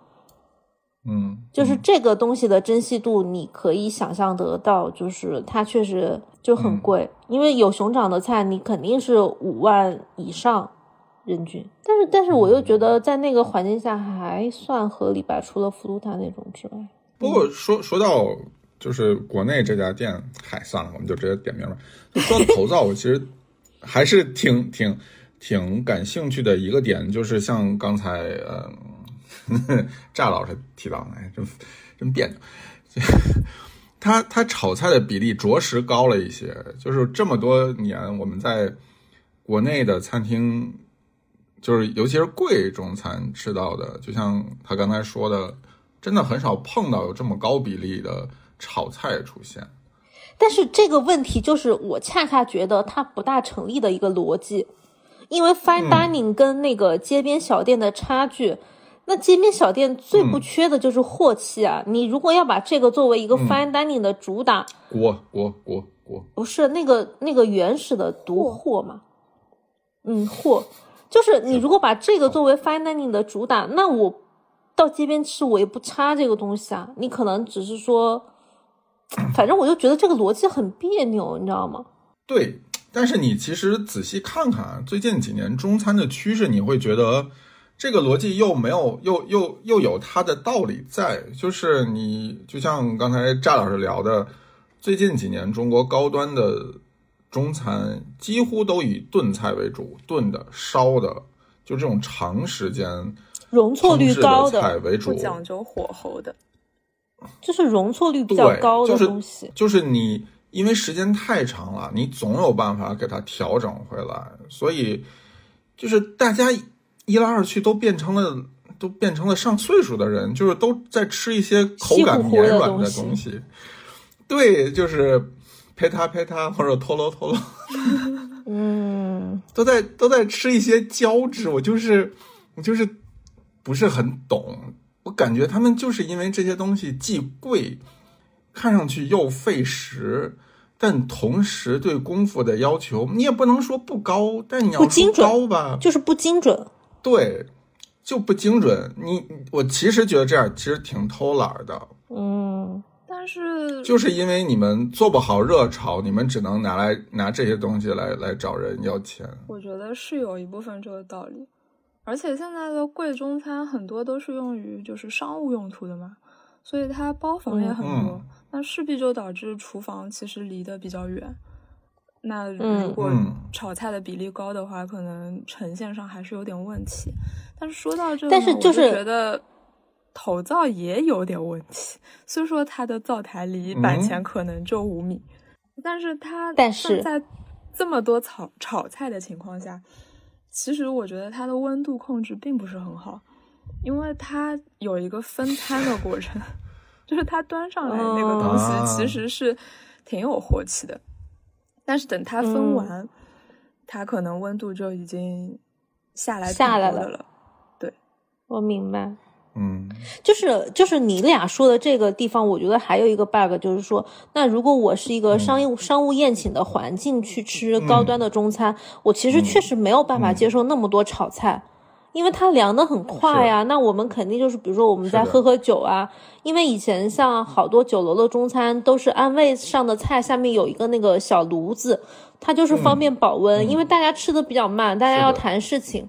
S1: 嗯，
S2: 就是这个东西的珍惜度，你可以想象得到，就是它确实就很贵，因为有熊掌的菜，你肯定是五万以上人均。但是，但是我又觉得在那个环境下还算合理吧，除了福禄塔那种之外，
S1: 不过说说到就是国内这家店，嗨，算了，我们就直接点名吧。就说到头灶，我其实还是挺挺挺感兴趣的一个点，就是像刚才呃 炸老师提到的，哎，真真别扭。他他炒菜的比例着实高了一些，就是这么多年我们在国内的餐厅，就是尤其是贵中餐吃到的，就像他刚才说的，真的很少碰到有这么高比例的炒菜出现。
S2: 但是这个问题就是我恰恰觉得它不大成立的一个逻辑，因为 fine dining 跟那个街边小店的差距，那街边小店最不缺的就是货气啊！你如果要把这个作为一个 fine dining 的主打，
S1: 锅锅锅锅，
S2: 不是那个那个原始的读货嘛？嗯，货就是你如果把这个作为 fine dining 的主打，那我到街边吃我也不差这个东西啊。你可能只是说，反正我就觉得这个逻辑很别扭，你知道吗？
S1: 对。但是你其实仔细看看，最近几年中餐的趋势，你会觉得这个逻辑又没有又又又有它的道理在，就是你就像刚才赵老师聊的，最近几年中国高端的中餐几乎都以炖菜为主，炖的、烧的，就这种长时间
S2: 容错率
S1: 烹制的
S2: 高的
S1: 菜为主，
S3: 不讲究火候的，
S2: 就是容错率
S1: 对，
S2: 比较高的
S1: 就是
S2: 东西。
S1: 就是你因为时间太长了，你总有办法给它调整回来。所以就是大家一来二去都变成了都变成了上岁数的人，就是都在吃一些口感
S2: 稀乎乎
S1: 绵
S2: 的
S1: 软的
S2: 东西
S1: 东西。 对，就是呸嗒呸嗒或者脱落脱落。
S2: 嗯，
S1: 都在都在吃一些胶质，我就是我就是不是很懂，我感觉他们就是因为这些东西既贵，看上去又费时，但同时对功夫的要求你也不能说不高，但你要
S2: 不精
S1: 说
S2: 准
S1: 高吧，
S2: 就是不精准。
S1: 对，就不精准。你我其实觉得这样其实挺偷懒儿的，
S2: 嗯，
S3: 但是
S1: 就是因为你们做不好热潮，你们只能拿来拿这些东西来来找人要钱。
S3: 我觉得是有一部分这个道理，而且现在的贵中餐很多都是用于就是商务用途的嘛，所以它包房也很多，
S1: 嗯
S3: 那势必就导致厨房其实离得比较远。那
S2: 嗯
S3: 如果
S1: 嗯
S3: 炒菜的比例高的话，可能呈现上还是有点问题。但是说到这个呢，
S2: 但是
S3: 我
S2: 就是
S3: 觉得头灶也有点问题。虽说它的灶台离
S1: 嗯
S3: 板前可能就五米，但是它
S2: 但是
S3: 在这么多炒炒菜的情况下，其实我觉得它的温度控制并不是很好，因为它有一个分餐的过程， 就是它端上来那个东
S1: 哦
S3: 西其实是挺有火气的，但是等它分
S2: 嗯
S3: 完，它可能温度就已经下来
S2: 下
S3: 挺
S2: 来
S3: 多
S2: 了
S3: 的了。
S2: 我明白。
S1: 嗯。
S2: 就是就是你俩说的这个地方，我觉得还有一个 bug，就是说，那如果我是一个商业、
S1: 嗯
S2: 商务宴请的环境去吃高端的中餐，我其实确
S1: 嗯
S2: 实没有办法接受那么多炒菜，因为它凉的很快呀、那我们肯定就是，比如说我们再
S1: 是的
S2: 喝喝酒啊，因为以前像好多酒楼的中餐都是按位上的菜下面有一个那个小炉子，它就是
S1: 嗯
S2: 方便保温，因为大家吃的比较慢，大家要
S1: 是的
S2: 谈事情。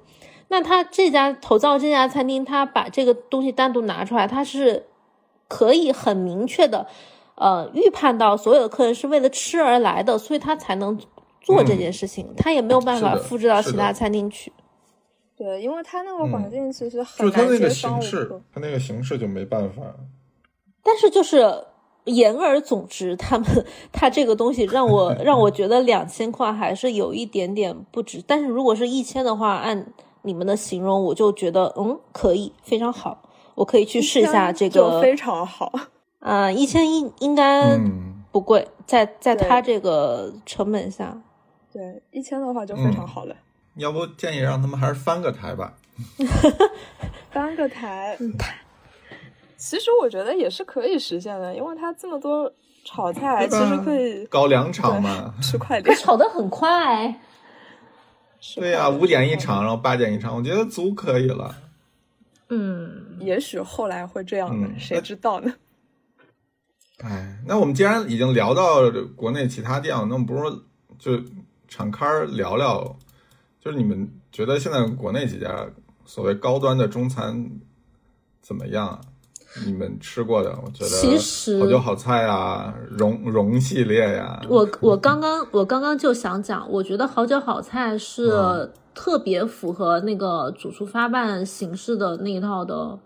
S2: 那他这家头灶这家餐厅，他把这个东西单独拿出来，他是可以很明确的，呃，预判到所有的客人是为了吃而来的，所以他才能做这件事情，他也没有办
S1: 嗯
S2: 法
S1: 是的
S2: 复制到
S1: 是
S2: 其
S1: 的
S2: 他餐厅去。
S3: 对，因为它那个
S1: 环
S3: 环境其实很
S1: 嗯就它
S3: 难
S1: 那
S3: 接
S1: 个形
S3: 商务
S1: 式，它那个形式就没办法。
S2: 但是就是言而总之，他们他这个东西让我让我觉得两千块还是有一点点不值。但是如果是一千的话，按你们的形容，我就觉得嗯可以，非常好，我可以去试一下这个
S3: 非常好。
S2: 啊，一千一应该
S1: 嗯，
S2: 不贵，在在
S3: 对
S2: 它这个成本下，
S3: 对，一千的话就
S1: 嗯
S3: 非常好了。
S1: 要不建议让他们还是翻个台吧。
S3: 搬个台，
S2: 嗯
S3: 其实我觉得也是可以实现的，因为它这么多炒菜，其
S1: 对吧
S3: 实可以
S1: 搞两场嘛。
S3: 吃快点
S2: 可。炒得很快，
S3: 吃
S1: 对
S3: 快
S1: 呀、
S3: 点
S1: 五点一场，，然后八点一场，我觉得足可以了。
S2: 嗯，
S3: 也许后来会这样的，
S1: 嗯
S3: 谁知 道呢？
S1: 哎，那我们既然已经聊到国内其他店了，那我们不如就敞开儿聊聊，就是你们觉得现在国内几家所谓高端的中餐怎么样啊？你们吃过的，我觉得
S2: 其实
S1: 好酒好菜啊，荣荣系列呀、
S2: 我我刚刚我刚刚就想讲，我觉得好酒好菜是
S1: 嗯
S2: 特别符合那个主厨发办形式的那一套的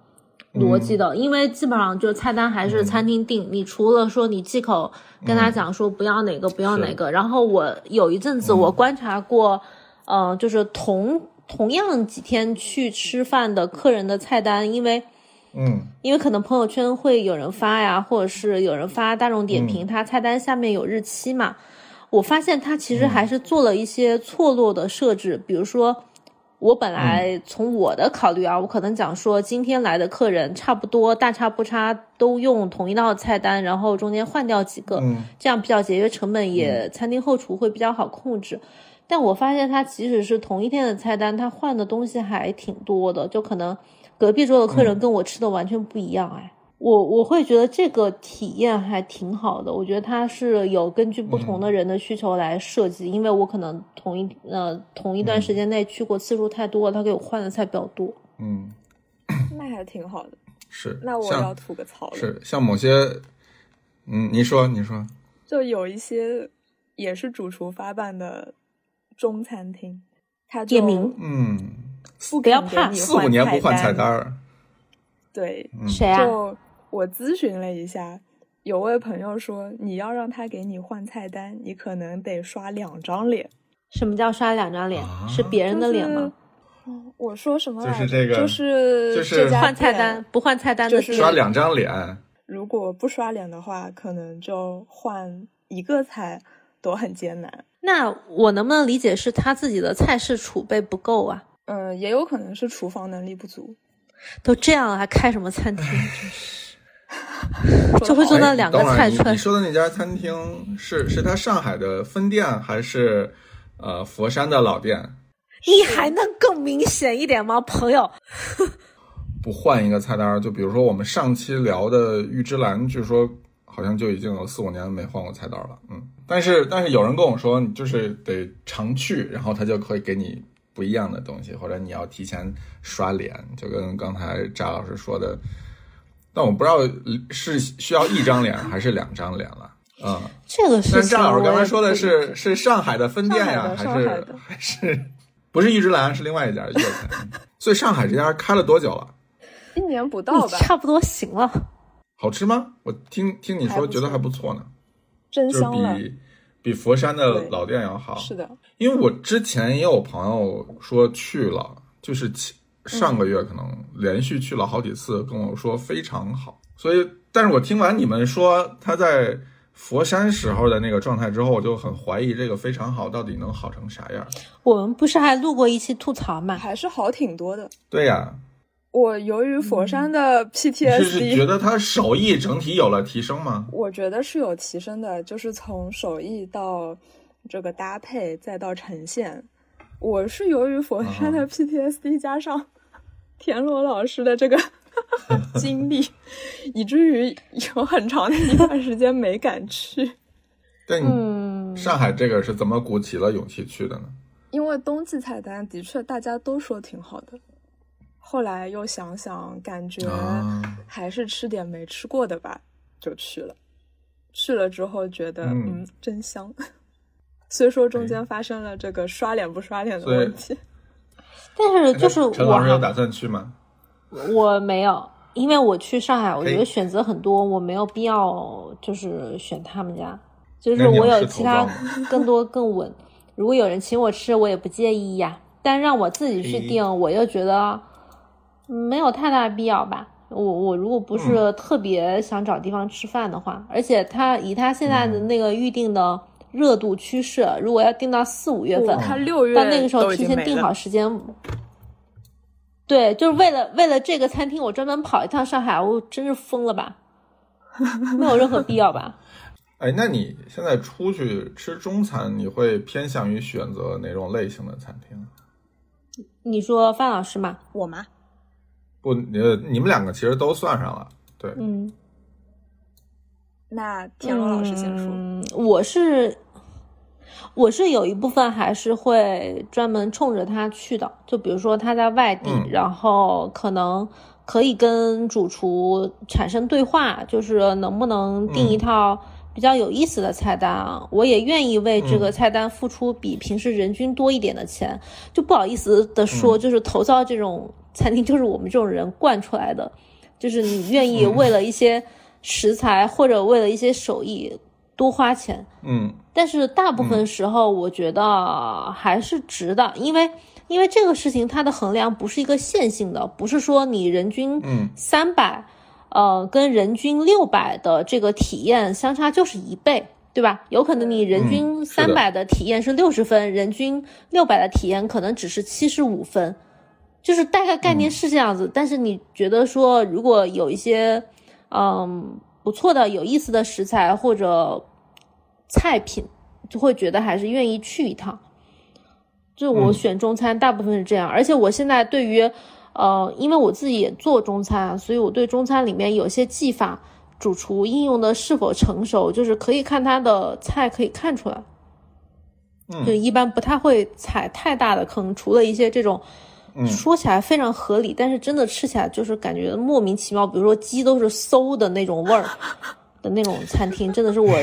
S1: 嗯
S2: 逻辑的，因为基本上就是菜单还是餐厅定，你除了说你忌口跟他讲说不要哪个不
S1: 嗯
S2: 要
S1: 是嗯
S2: 哪个，然后我有一阵子我观察过，呃，就是同同样几天去吃饭的客人的菜单，因为。
S1: 嗯
S2: 因为可能朋友圈会有人发呀，或者是有人发大众点评，它菜单下面有日期嘛。我发现它其实还是做了一些错落的设置，比如说，我本来从我的考虑啊，我可能讲说今天来的客人差不多大差不差都用同一道菜单，然后中间换掉几个，
S1: 嗯
S2: 这样比较节约成本，也餐厅后厨会比较好控制。但我发现它即使是同一天的菜单，它换的东西还挺多的，就可能隔壁桌的客人跟我吃的完全不一样哎。我我会觉得这个体验还挺好的，我觉得它是有根据不同的人的需求来设计，因为我可能同一呃同一段时间内去过次数太多了，他给我换的菜比较多。
S1: 嗯，
S3: 那还挺好的。
S1: 是。
S3: 那我要
S1: 像
S3: 吐个槽了，
S1: 是像某些，嗯，你说你说，
S3: 就有一些也是主厨发办的中餐厅，他就
S2: 点名
S1: 嗯，
S3: 不
S2: 不要
S3: 肯给
S2: 怕
S3: 你
S1: 四五年不换菜
S3: 单，
S1: 单儿，
S3: 对，
S1: 嗯
S2: 谁啊？
S3: 就我咨询了一下，有位朋友说，你要让他给你换菜单，你可能得刷两张脸。
S2: 什么叫刷两张脸？
S1: 啊
S2: 是别人的脸吗？
S3: 就是？哦我说什么来
S1: 就是
S3: 着？
S1: 这个
S3: 就是
S1: 就是
S3: 这家
S2: 换菜
S3: 店
S2: 单不换菜单的
S3: 就
S2: 店，
S3: 是
S1: 刷两张脸，
S3: 如果不刷脸的话，可能就换一个菜都很艰难。
S2: 那我能不能理解是他自己的菜式储备不够啊？
S3: 嗯，也有可能是厨房能力不足，
S2: 都这样了还开什么餐 厅？真是就会做
S3: 做得好
S2: 到两个
S1: 哎等会儿
S2: 菜
S1: 你
S2: 串
S1: 你说的那家餐厅是是他上海的分店还是呃佛山的老店？
S2: 你还能更明显一点吗，朋友？
S1: 不换一个菜单儿，就比如说我们上期聊的玉之蓝，据说好像就已经有四五年没换过菜单了。嗯，但是但是有人跟我说，你就是得常去，然后他就可以给你不一样的东西，或者你要提前刷脸，就跟刚才扎老师说的。但我不知道是需要一张脸还是两张脸了。嗯，
S2: 这个事
S1: 但
S2: 情
S1: 扎老
S2: 我
S1: 师
S2: 也
S1: 刚才说的
S2: 不
S1: 是是上海的分店呀、
S3: 上
S1: 还
S3: 海的
S1: 是还是不是玉之蓝，是另外一家粤菜。嗯所以上海这家开了多久了？
S3: 一年不到
S2: 你
S3: 吧？
S2: 差不多行了。
S1: 好吃吗？我听听你
S3: 还
S1: 说，
S3: 不错
S1: 觉得还不错呢，
S3: 真
S1: 就是
S3: 香了。
S1: 比比佛山的
S3: 对
S1: 老店要好。
S3: 是的，
S1: 因为我之前也有朋友说去了，就是前
S3: 嗯
S1: 上个月可能连续去了好几次，跟我说非常好。所以，但是我听完你们说他在佛山时候的那个状态之后，我就很怀疑这个非常好到底能好成啥样。
S2: 我们不是还录过一期吐槽嘛？
S3: 还是好挺多的。
S1: 对呀，
S3: 我由于佛
S2: 嗯
S3: 山的
S1: 你是是
S3: PTSD，、
S1: 觉得他手艺整体有了提升吗？
S3: 我觉得是有提升的，就是从手艺到这个搭配，再到呈现。我是由于佛山的 PTSD 加上田螺老师的这个 经历，以至于有很长的一段时间没敢去，
S1: 对你、
S2: 嗯，
S1: 上海这个是怎么鼓起了勇气去的呢？
S3: 因为冬季菜单的确大家都说挺好的。后来又想想，感觉
S1: 啊
S3: 还是吃点没吃过的吧，就去了。去了之后觉得，
S1: 嗯哎
S3: 嗯，真香。 虽说中间发生了这个刷脸不刷脸的
S1: 所以
S3: 问题，
S2: 但
S3: 呃
S2: 是就是
S1: 哎陈
S2: 我
S1: 老师有
S2: 还
S1: 打算去吗？
S2: 我没有，因为我去上海，我
S1: 可以
S2: 觉得选择很多，我没有必要就是选他们家，就是
S1: 那你有
S2: 我有
S1: 吃
S2: 其
S1: 头
S2: 他
S1: 孢
S2: 更多更稳。如果有人请我吃，我也不介意呀。但让我自己去
S1: 嘿
S2: 定，我又觉得嗯没有太大必要吧。我我如果不
S1: 嗯
S2: 是特别想找地方吃饭的话，而且他以他现在的
S1: 嗯
S2: 那个预定的热度趋势，如果要定到四五月
S3: 不
S1: 哦
S2: 份，
S3: 他六月
S2: 到那个时候
S3: 都已
S2: 提
S3: 经
S2: 前
S3: 没
S2: 定
S3: 了
S2: 好时间。对，就是为了为了这个餐厅，我专门跑一趟上海，我真是疯了 吧？没有任何必要吧？
S1: 哎，那你现在出去吃中餐，你会偏向于选择哪种类型的餐厅？
S2: 你说范老师嘛，
S3: 我吗？
S1: 不，你你们两个其实都算上了，对，
S2: 嗯，
S3: 那田螺老师先说，
S2: 嗯，我是我是有一部分还是会专门冲着他去的，就比如说他在外地，
S1: 嗯
S2: 然后可能可以跟主厨产生对话，就是能不能定一
S1: 嗯
S2: 套比较有意思的菜单啊？我也愿意为这
S1: 嗯
S2: 个菜单付出比平时人均多一点的钱，就不好意思的说，就是头灶这种 餐厅就是我们这种人惯出来的，就是你愿意为了一些食材或者为了一些手艺多花钱，
S1: 嗯
S2: 但是大部分时候我觉得还是值的，因为因为这个事情它的衡量不是一个线性的，不是说你人均
S1: 嗯
S2: 三百、呃，跟人均六百的这个体验相差就是一倍，对吧？有可能你人
S1: 嗯
S2: 均
S1: 是
S2: 三
S1: 的
S2: 百的体验是六十分，人均六百的体验可能只是七十五分，就是大概概
S1: 嗯
S2: 念是这样子。但是你觉得说，如果有一些嗯不错的、有意思的食材或者菜品，就会觉得还是愿意去一趟。就我
S1: 嗯
S2: 选中餐大部分是这样，而且我现在对于，呃，因为我自己也做中餐，啊所以我对中餐里面有些技法，主厨应用的是否成熟，就是可以看他的菜可以看出来。就
S1: 嗯
S2: 一般不太会踩太大的坑，除了一些这种
S1: 嗯
S2: 说起来非常合理，但是真的吃起来就是感觉莫名其妙。比如说鸡都是馊的那种味儿的那种餐厅，真的是我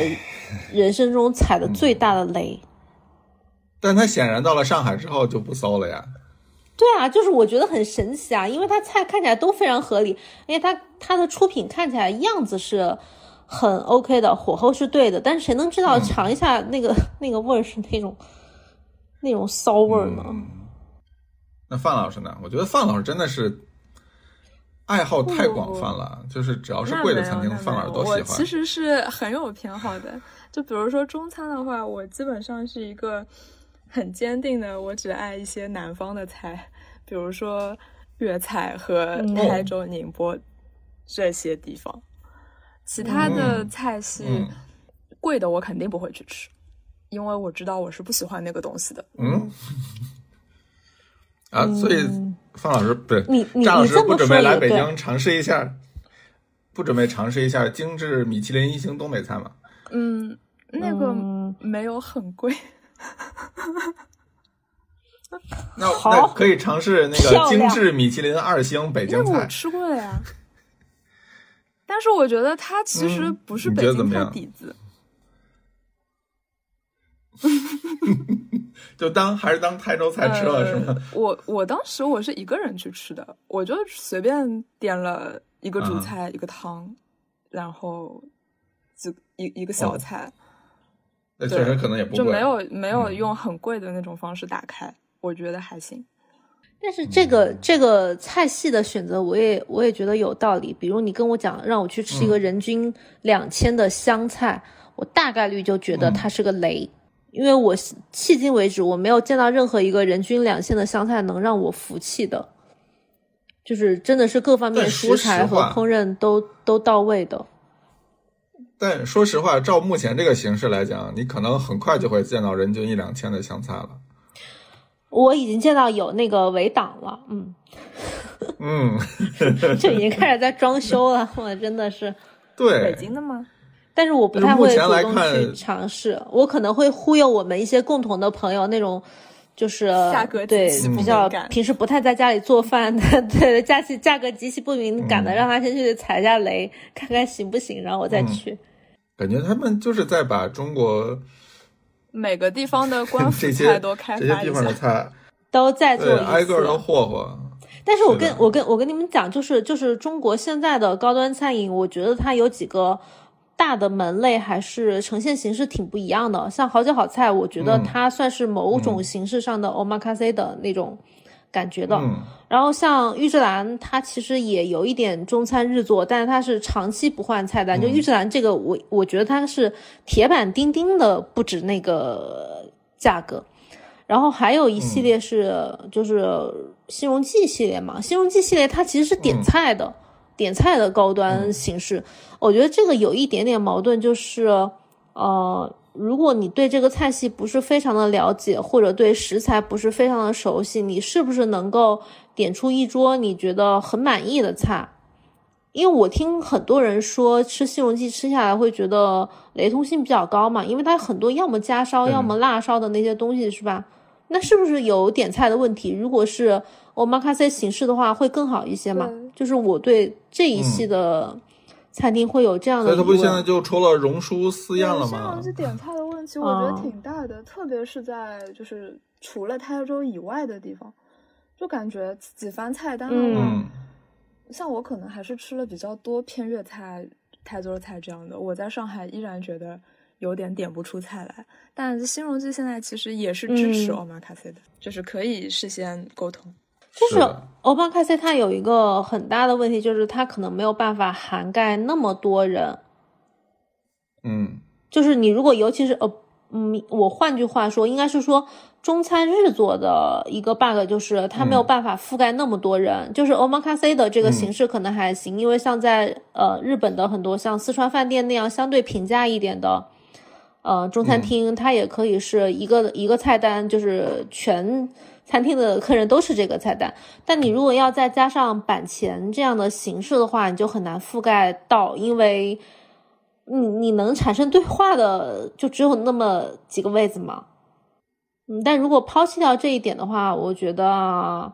S2: 人生中踩的最大的雷。
S1: 但它显然到了上海之后就不馊了呀。
S2: 对啊，就是我觉得很神奇啊，因为它菜看起来都非常合理，因为它它的出品看起来样子是很 OK 的，火候是对的，但是谁能知道尝一下那个、 那个味儿是那种那种骚味儿呢？
S1: 嗯那范老师呢？我觉得范老师真的是爱好太广泛了，就是只要是
S3: 那没
S1: 贵
S3: 有，
S1: 的餐厅，
S3: 那
S1: 范老
S3: 没
S1: 师
S3: 有
S1: 都
S3: 我
S1: 喜
S3: 其
S1: 欢。
S3: 实是很有偏好的，就比如说中餐的话，我基本上是一个很坚定的，我只爱一些南方的菜，比如说粤菜和
S2: 嗯
S1: 哦
S3: 台州、宁波这些地方。其他的
S1: 嗯
S3: 菜系、
S1: 嗯
S3: 贵的我肯定不会去吃，因为我知道我是不喜欢那个东西的。
S1: 嗯， 啊，所以
S3: 嗯
S1: 范老师不是
S2: 你你
S1: 张老
S2: 你
S1: 师
S2: 这
S1: 不
S2: 么
S1: 准
S2: 说
S1: 备来
S2: 也
S1: 北
S2: 对，
S1: 京尝试一下，不准备尝试一下精致米其林一星东北菜吗？
S3: 嗯，那个
S2: 嗯
S3: 没有很贵。
S1: 那
S2: 好
S1: 那可以尝试那个
S2: 漂亮
S1: 精致米其林二星北
S3: 那
S1: 京
S3: 个我
S1: 菜。
S3: 吃过的呀，但是我觉得它其实
S1: 嗯
S3: 不是
S1: 你
S3: 北
S1: 觉得怎
S3: 京
S1: 么
S3: 菜
S1: 样
S3: 底 子。
S1: 就当还是当台州菜吃了是吗？
S3: 呃、 我我当时我是一个人去吃的，我就随便点了一个
S1: 嗯
S3: 主菜、一个汤，然后就一一个小
S1: 哦
S3: 菜，
S1: 那
S3: 对
S1: 确实可能也不
S3: 就
S1: 贵。
S3: 没有没有
S1: 嗯
S3: 用很贵的那种方式打开，我觉得还行。
S2: 但是这个、
S1: 嗯
S2: 这个菜系的选择，我也我也觉得有道理。比如你跟我讲让我去吃
S1: 嗯
S2: 一个人均两千的湘菜，我大概率就觉得
S1: 嗯
S2: 它是个雷，因为我迄今为止我没有见到任何一个人均两千的湘菜能让我服气的，就是真的是各方面
S1: 但说
S2: 蔬菜
S1: 实
S2: 和
S1: 话
S2: 烹饪都都到位的。
S1: 但说实话，照目前这个形势来讲，你可能很快就会见到人均一两千的湘菜了。
S2: 我已经见到有那个围挡了， 嗯，
S1: 嗯，
S2: 就已经开始在装修了，我真的是。
S3: 北
S1: 对，
S3: 京的吗？
S2: 但是我不太
S1: 就是目
S2: 会主
S1: 前来
S2: 动
S1: 看
S2: 去尝试，我可能会忽悠我们一些共同的朋友那种。就是
S3: 价格
S2: 对
S3: 极其
S1: 不
S2: 比较
S3: 敏感
S2: 平时不太在家里做饭的， 对价钱价格极其不敏感的，
S1: 嗯
S2: 让他先去踩一下雷，看看行不行，然后我再
S1: 嗯
S2: 去。
S1: 感觉他们就是在把中国
S3: 每个地方的官 府
S1: 这
S3: 菜
S1: 些
S3: 都开
S1: 这些
S3: 发
S1: 地
S3: 一
S1: 方的
S3: 下。
S1: 菜，
S2: 都再做
S1: 对，挨
S2: 一
S1: 个儿都
S2: 次。
S1: 霍霍。
S2: 但是我
S1: 是的
S2: 跟我跟我跟你们讲，就是就是中国现在的高端餐饮，我觉得它有几个大的门类还是呈现形式挺不一样的。像好酒好菜，我觉得
S1: 嗯
S2: 它算是某种
S1: 嗯
S2: 形式上的 omakase 的那种感觉的。
S1: 嗯
S2: 然后像玉之兰，它其实也有一点中餐日做，但是它是长期不换菜单。就玉之兰这个，我我觉得它是铁板钉钉的，不止那个价格。然后还有一系列是、就是新荣记系列嘛，新荣记系列它其实是点菜的，点菜的高端形式。我觉得这个有一点点矛盾，就是呃，如果你对这个菜系不是非常的了解，或者对食材不是非常的熟悉，你是不是能够点出一桌你觉得很满意的菜？因为我听很多人说吃西荣记吃下来会觉得雷同性比较高嘛，因为它很多要么加烧，
S1: 对
S2: 要么辣烧的那些东西是吧？那是不是有点菜的问题？如果是 omakase 形式的话，会更好一些嘛
S3: 对？
S2: 就是我对这一系的餐厅会有这样的
S1: 嗯所
S2: 疑
S1: 以他
S2: 问。
S1: 不现在就出了荣叔四
S3: 对
S1: 宴了
S3: 像
S1: 吗？
S3: 这点菜的问题，我觉得
S2: 嗯
S3: 挺大的，特别是在就是除了台州以外的地方，就感觉几番菜单的话，
S1: 嗯
S3: 像我可能还是吃了比较多偏粤菜、台州菜这样的。我在上海依然觉得有点点不出菜来，但新荣记现在其实也是支持
S2: 嗯
S3: omakase 的，就是可以事先沟通。
S2: 就是
S1: 的
S2: omakase 它有一个很大的问题，就是它可能没有办法涵盖那么多人。
S1: 嗯
S2: 就是你如果尤其是呃，嗯，我换句话说，应该是说中餐日做的一个 bug 就是它没有
S1: 嗯
S2: 办法覆盖那么多人。就是 omakase 的这个
S1: 嗯
S2: 形式可能还行，因为像在呃日本的很多像四川饭店那样相对平价一点的。呃，中餐
S1: 嗯
S2: 厅它也可以是一个一个菜单，就是全餐厅的客人都是这个菜单。但你如果要再加上板前这样的形式的话，你就很难覆盖到，因为你你能产生对话的就只有那么几个位子嘛。嗯，但如果抛弃掉这一点的话，我觉得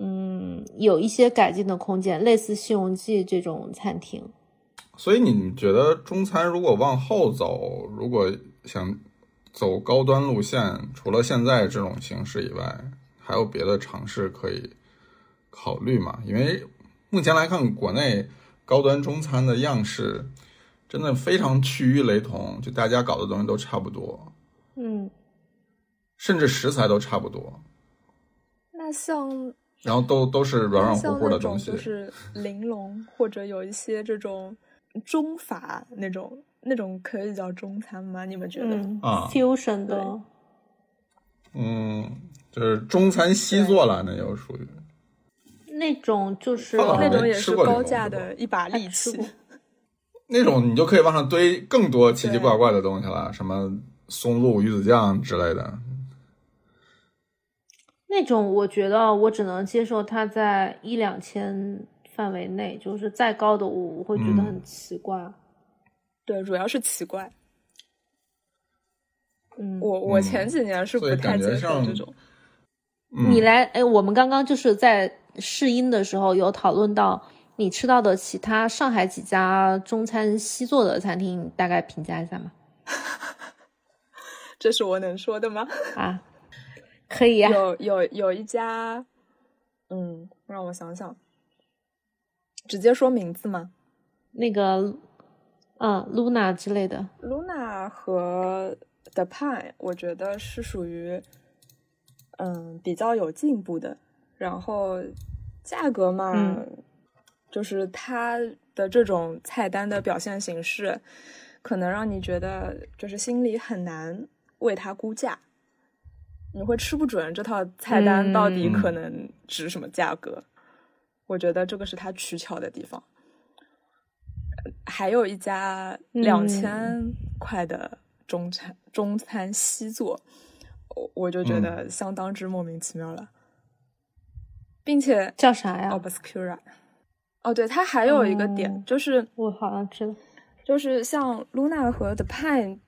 S2: 嗯，有一些改进的空间，类似西荣记这种餐厅。
S1: 所以你觉得中餐如果往后走，如果想走高端路线，除了现在这种形式以外，还有别的尝试可以考虑吗？因为目前来看，国内高端中餐的样式真的非常趋于雷同，就大家搞的东西都差不多，
S2: 嗯，
S1: 甚至食材都差不多，
S3: 那像
S1: 然后都都是软软乎
S3: 像
S1: 乎
S3: 那
S1: 的东
S3: 种
S1: 西
S3: 就。是玲珑，或者有一些这种中法那种那种可以叫中餐吗？你们觉得？
S2: 嗯
S1: 啊
S2: ，fusion 的
S3: 对，
S1: 嗯，就是中餐西做了，那就属于
S2: 那种就是
S1: 放到
S3: 那
S1: 旁边
S3: 种也
S1: 吃
S3: 是
S1: 过这
S3: 高
S1: 种
S3: 价
S1: 是吧
S3: 的一把利
S2: 吃
S3: 器
S2: 过，
S1: 那种，你就可以往上堆更多奇奇
S3: 对
S1: 怪怪的东西了，什么松露鱼子酱之类的。
S2: 那种我觉得我只能接受它在一两千范围内，就是再高的我我会觉得
S1: 嗯
S2: 很奇怪。
S3: 对，主要是奇怪。
S2: 嗯，
S3: 我我
S1: 嗯
S3: 前几年是
S1: 所
S3: 不
S1: 以
S3: 太
S1: 感觉
S3: 接受
S1: 上
S3: 这种，
S1: 嗯
S2: 你来，哎，我们刚刚就是在试音的时候有讨论到你吃到的其他上海几家中餐西做的餐厅，你大概评价一下吗？
S3: 这是我能说的吗？
S2: 啊，可以啊呀、
S3: 有有有一家，嗯，让我想想，直接说名字吗
S2: 那个，嗯，Luna 之类的，
S3: ？Luna 和 The Pine，我觉得是属于，嗯，比较有进步的。然后价格嘛，
S2: 嗯
S3: 就是它的这种菜单的表现形式，可能让你觉得就是心里很难为它估价。你会吃不准这套菜单到底
S1: 嗯
S3: 可能值什么价格。我觉得这个是它取巧的地方。呃还有一家
S2: 嗯
S3: 两千块的中餐、中餐西座，我我就觉得相当之莫名其妙了，并且
S2: 叫啥呀？
S3: Obscura，哦，对，它还有一个点、
S2: 嗯
S3: 就是
S2: 我好像知道，
S3: 就是像 Luna 和 The Pine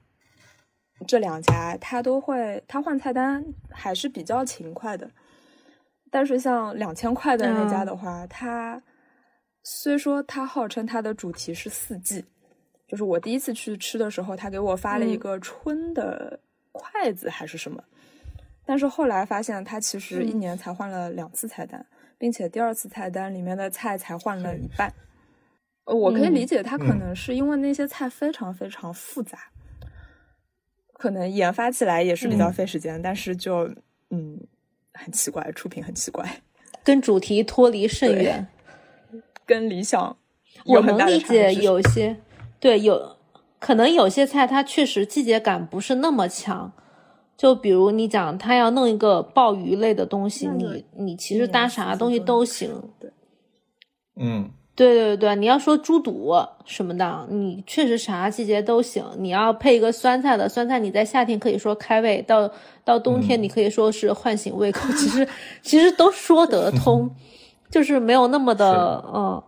S3: 这两家，它都会它换菜单还是比较勤快的。但是像两千块的那
S2: 嗯
S3: 家的话，它虽说它号称它的主题是四季，就是我第一次去吃的时候，他给我发了一
S2: 嗯
S3: 个春的筷子还是什么，但是后来发现它其实一
S2: 嗯
S3: 年才换了两次菜单，并且第二次菜单里面的菜才换了一半。呃我可以
S2: 嗯
S3: 理解它可
S1: 嗯
S3: 能是因为那些菜非常非常复杂，可能研发起来也是比较
S1: 嗯
S3: 费时间，但是就嗯很奇怪，出品很奇怪，
S2: 跟主题脱离甚
S3: 对
S2: 远。
S3: 跟理想
S2: 我
S3: 有很
S2: 能
S3: 大的
S2: 理
S3: 差别
S2: 解
S3: 是
S2: 有些，对，有可能有些菜它确实季节感不是那么强。就比如你讲，他要弄一个鲍鱼类的东西，
S3: 那就
S2: 你你其
S3: 一
S2: 实
S3: 年
S2: 搭
S3: 四
S2: 啥
S3: 季
S2: 东西
S3: 能
S2: 都
S3: 吃
S2: 行。
S3: 对，
S1: 嗯，
S2: 对对对，你要说猪肚什么的，你确实啥季节都行。你要配一个酸菜的，酸菜你在夏天可以说开胃，到到冬天
S1: 嗯
S2: 你可以说是唤醒胃口，其实其实都说得 通，就是没有那么的嗯。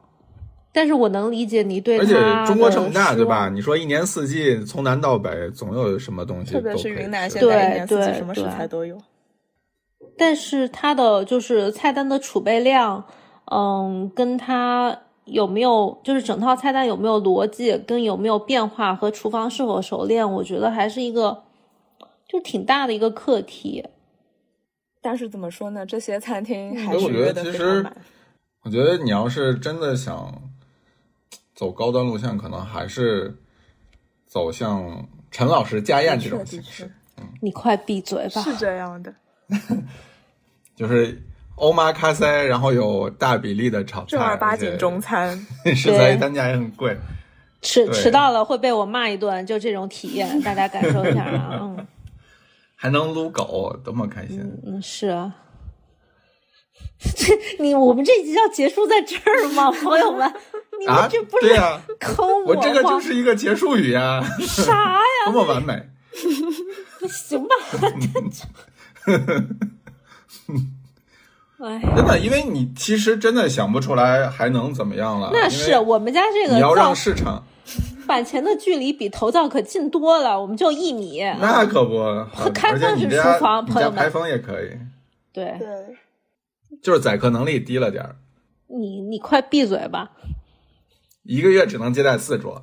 S2: 但是我能理解你对
S1: 而且
S2: 它
S1: 中国
S2: 的
S1: 这么大，
S2: 失
S1: 对吧？
S2: 望？
S1: 你说一年四季从南到北总有什么东西
S3: 特
S1: 都
S3: 别
S1: 可以
S3: 是
S1: 吃，
S3: 云南，现
S2: 对
S3: 在一年四季
S2: 对
S3: 什么食
S2: 对
S3: 材都有。
S2: 但是它的就是菜单的储备量，嗯，跟它有没有就是整套菜单有没有逻辑，跟有没有变化和厨房是否熟练，我觉得还是一个就挺大的一个课题。
S3: 但是怎么说呢？这些餐厅还
S1: 所以嗯
S3: 是
S1: 我觉
S3: 约
S1: 得
S3: 的
S1: 其
S3: 非
S1: 实
S3: 常满。，
S1: 我觉得你要是真的想走高端路线，可能还是走向陈老师家宴这种
S3: 的确
S1: 形
S3: 的确
S1: 式，
S2: 你快闭嘴吧！
S3: 是这样的，
S1: 就是欧玛咖塞，然后有大比例的炒菜，
S3: 正儿八经中
S1: 餐，
S3: 餐。
S1: 食材单价也很贵。
S2: 迟
S1: 对
S2: 迟到了会被我骂一顿，就这种体验，大家感受一下啊！嗯
S1: 还能撸狗，多么开心！
S2: 嗯，是啊。 这你我们这一集要结束在这儿吗，朋友们？你
S1: 啊
S2: 们这不，是
S1: 对呀、
S2: 坑
S1: 我
S2: 吗？啊
S1: 这个就是一个结束语呀、
S2: 啥
S1: 多
S2: 呀？
S1: 么完美！
S2: 行 吧，哎，
S1: 真的，因为你其实真的想不出来还能怎么样了。
S2: 那
S1: 因为
S2: 是我们家这
S1: 你
S2: 个
S1: 要
S2: 灶
S1: 让市场，
S2: 板前的距离比头灶可近多了，我们就一米。
S1: 嗯那可不，
S2: 开
S1: 而且
S2: 放
S1: 你
S2: 式
S1: 家
S2: 厨房
S1: 你
S2: 朋
S1: 家
S2: 友们
S1: 排风也可以。
S2: 对，
S3: 对，
S1: 就是宰客能力低了点儿，
S2: 你你快闭嘴吧！
S1: 一个月只能接待四桌，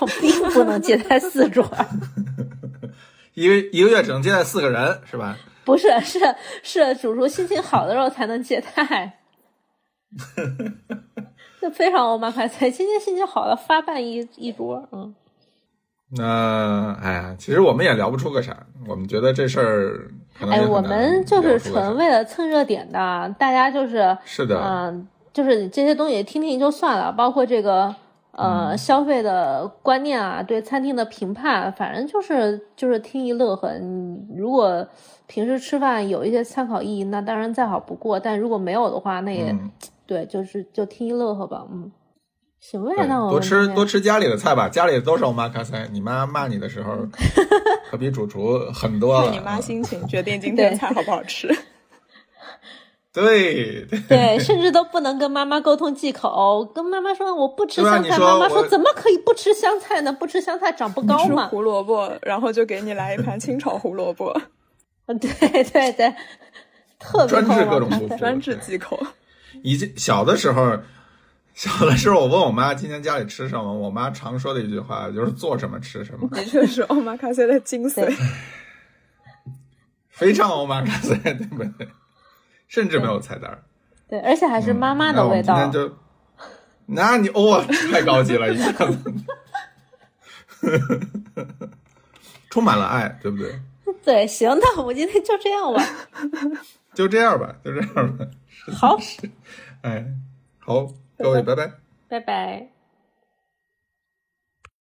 S2: 我并不能接待四 桌，
S1: 一个一个月只能接待四个人，是吧？
S2: 不是是是，主厨心情好的时候才能接 待。那非常欧巴快菜，今天心情好了发办一一桌，嗯，
S1: 那哎呀，其实我们也聊不出个啥，我们觉得这事儿可能也
S2: 哎，
S1: 很
S2: 我
S1: 难
S2: 们就是
S1: 聊出个啥
S2: 纯为了蹭热点的，大家就是
S1: 是的，
S2: 嗯，就是你这些东西听听就算了，包括这个呃、
S1: 嗯
S2: 消费的观念啊，对餐厅的评判，反正就是就是听一乐呵。你如果平时吃饭有一些参考意义，那当然再好不过；但如果没有的话，那也、
S1: 嗯，
S2: 对，就是就听一乐呵吧。嗯，行呗，
S1: 对
S2: 那我们
S1: 多
S2: 今
S1: 吃
S2: 天
S1: 多吃家里的菜吧，家里都是我妈卡塞，你妈骂你的 时候，可比主厨狠多了。啊
S3: 看你妈心 情决定今天
S2: 对
S3: 菜好不好吃。
S1: 对，
S2: 对，甚至都不能跟妈妈沟通忌口，跟妈妈说我不吃
S1: 对吧
S2: 香
S1: 你
S2: 菜，
S1: 说
S2: 妈妈说
S1: 我
S2: 怎么可以不吃香菜呢？不吃香菜长不高
S3: 吃
S2: 嘛。
S3: 胡萝卜，然后就给你来一盘清炒胡萝 卜，
S2: 嗯， 对对对，特别啊
S1: 专治
S2: 厚
S1: 各种
S2: 嘛
S1: 不服。
S3: 专治忌口。
S1: 以前小的时候，小的时候我问我妈今天家里吃什么，我妈常说的一句话就是做什么吃什么，
S3: 的确是 omakase 的精
S2: 对
S3: 髓。
S1: 非常欧玛卡塞，对不对？ 甚至没有菜单儿，
S2: 对，而且还是妈妈
S1: 嗯那
S2: 的
S1: 我们
S2: 味道。
S1: 今天就，那你哦， 太高级了，一下子， 充满了爱，对不对？
S2: 对，行，那我们今天就 这样吧。
S1: 就这样吧，就这样吧，
S2: 好，
S1: 哎，好，各位，拜拜。
S2: 拜拜。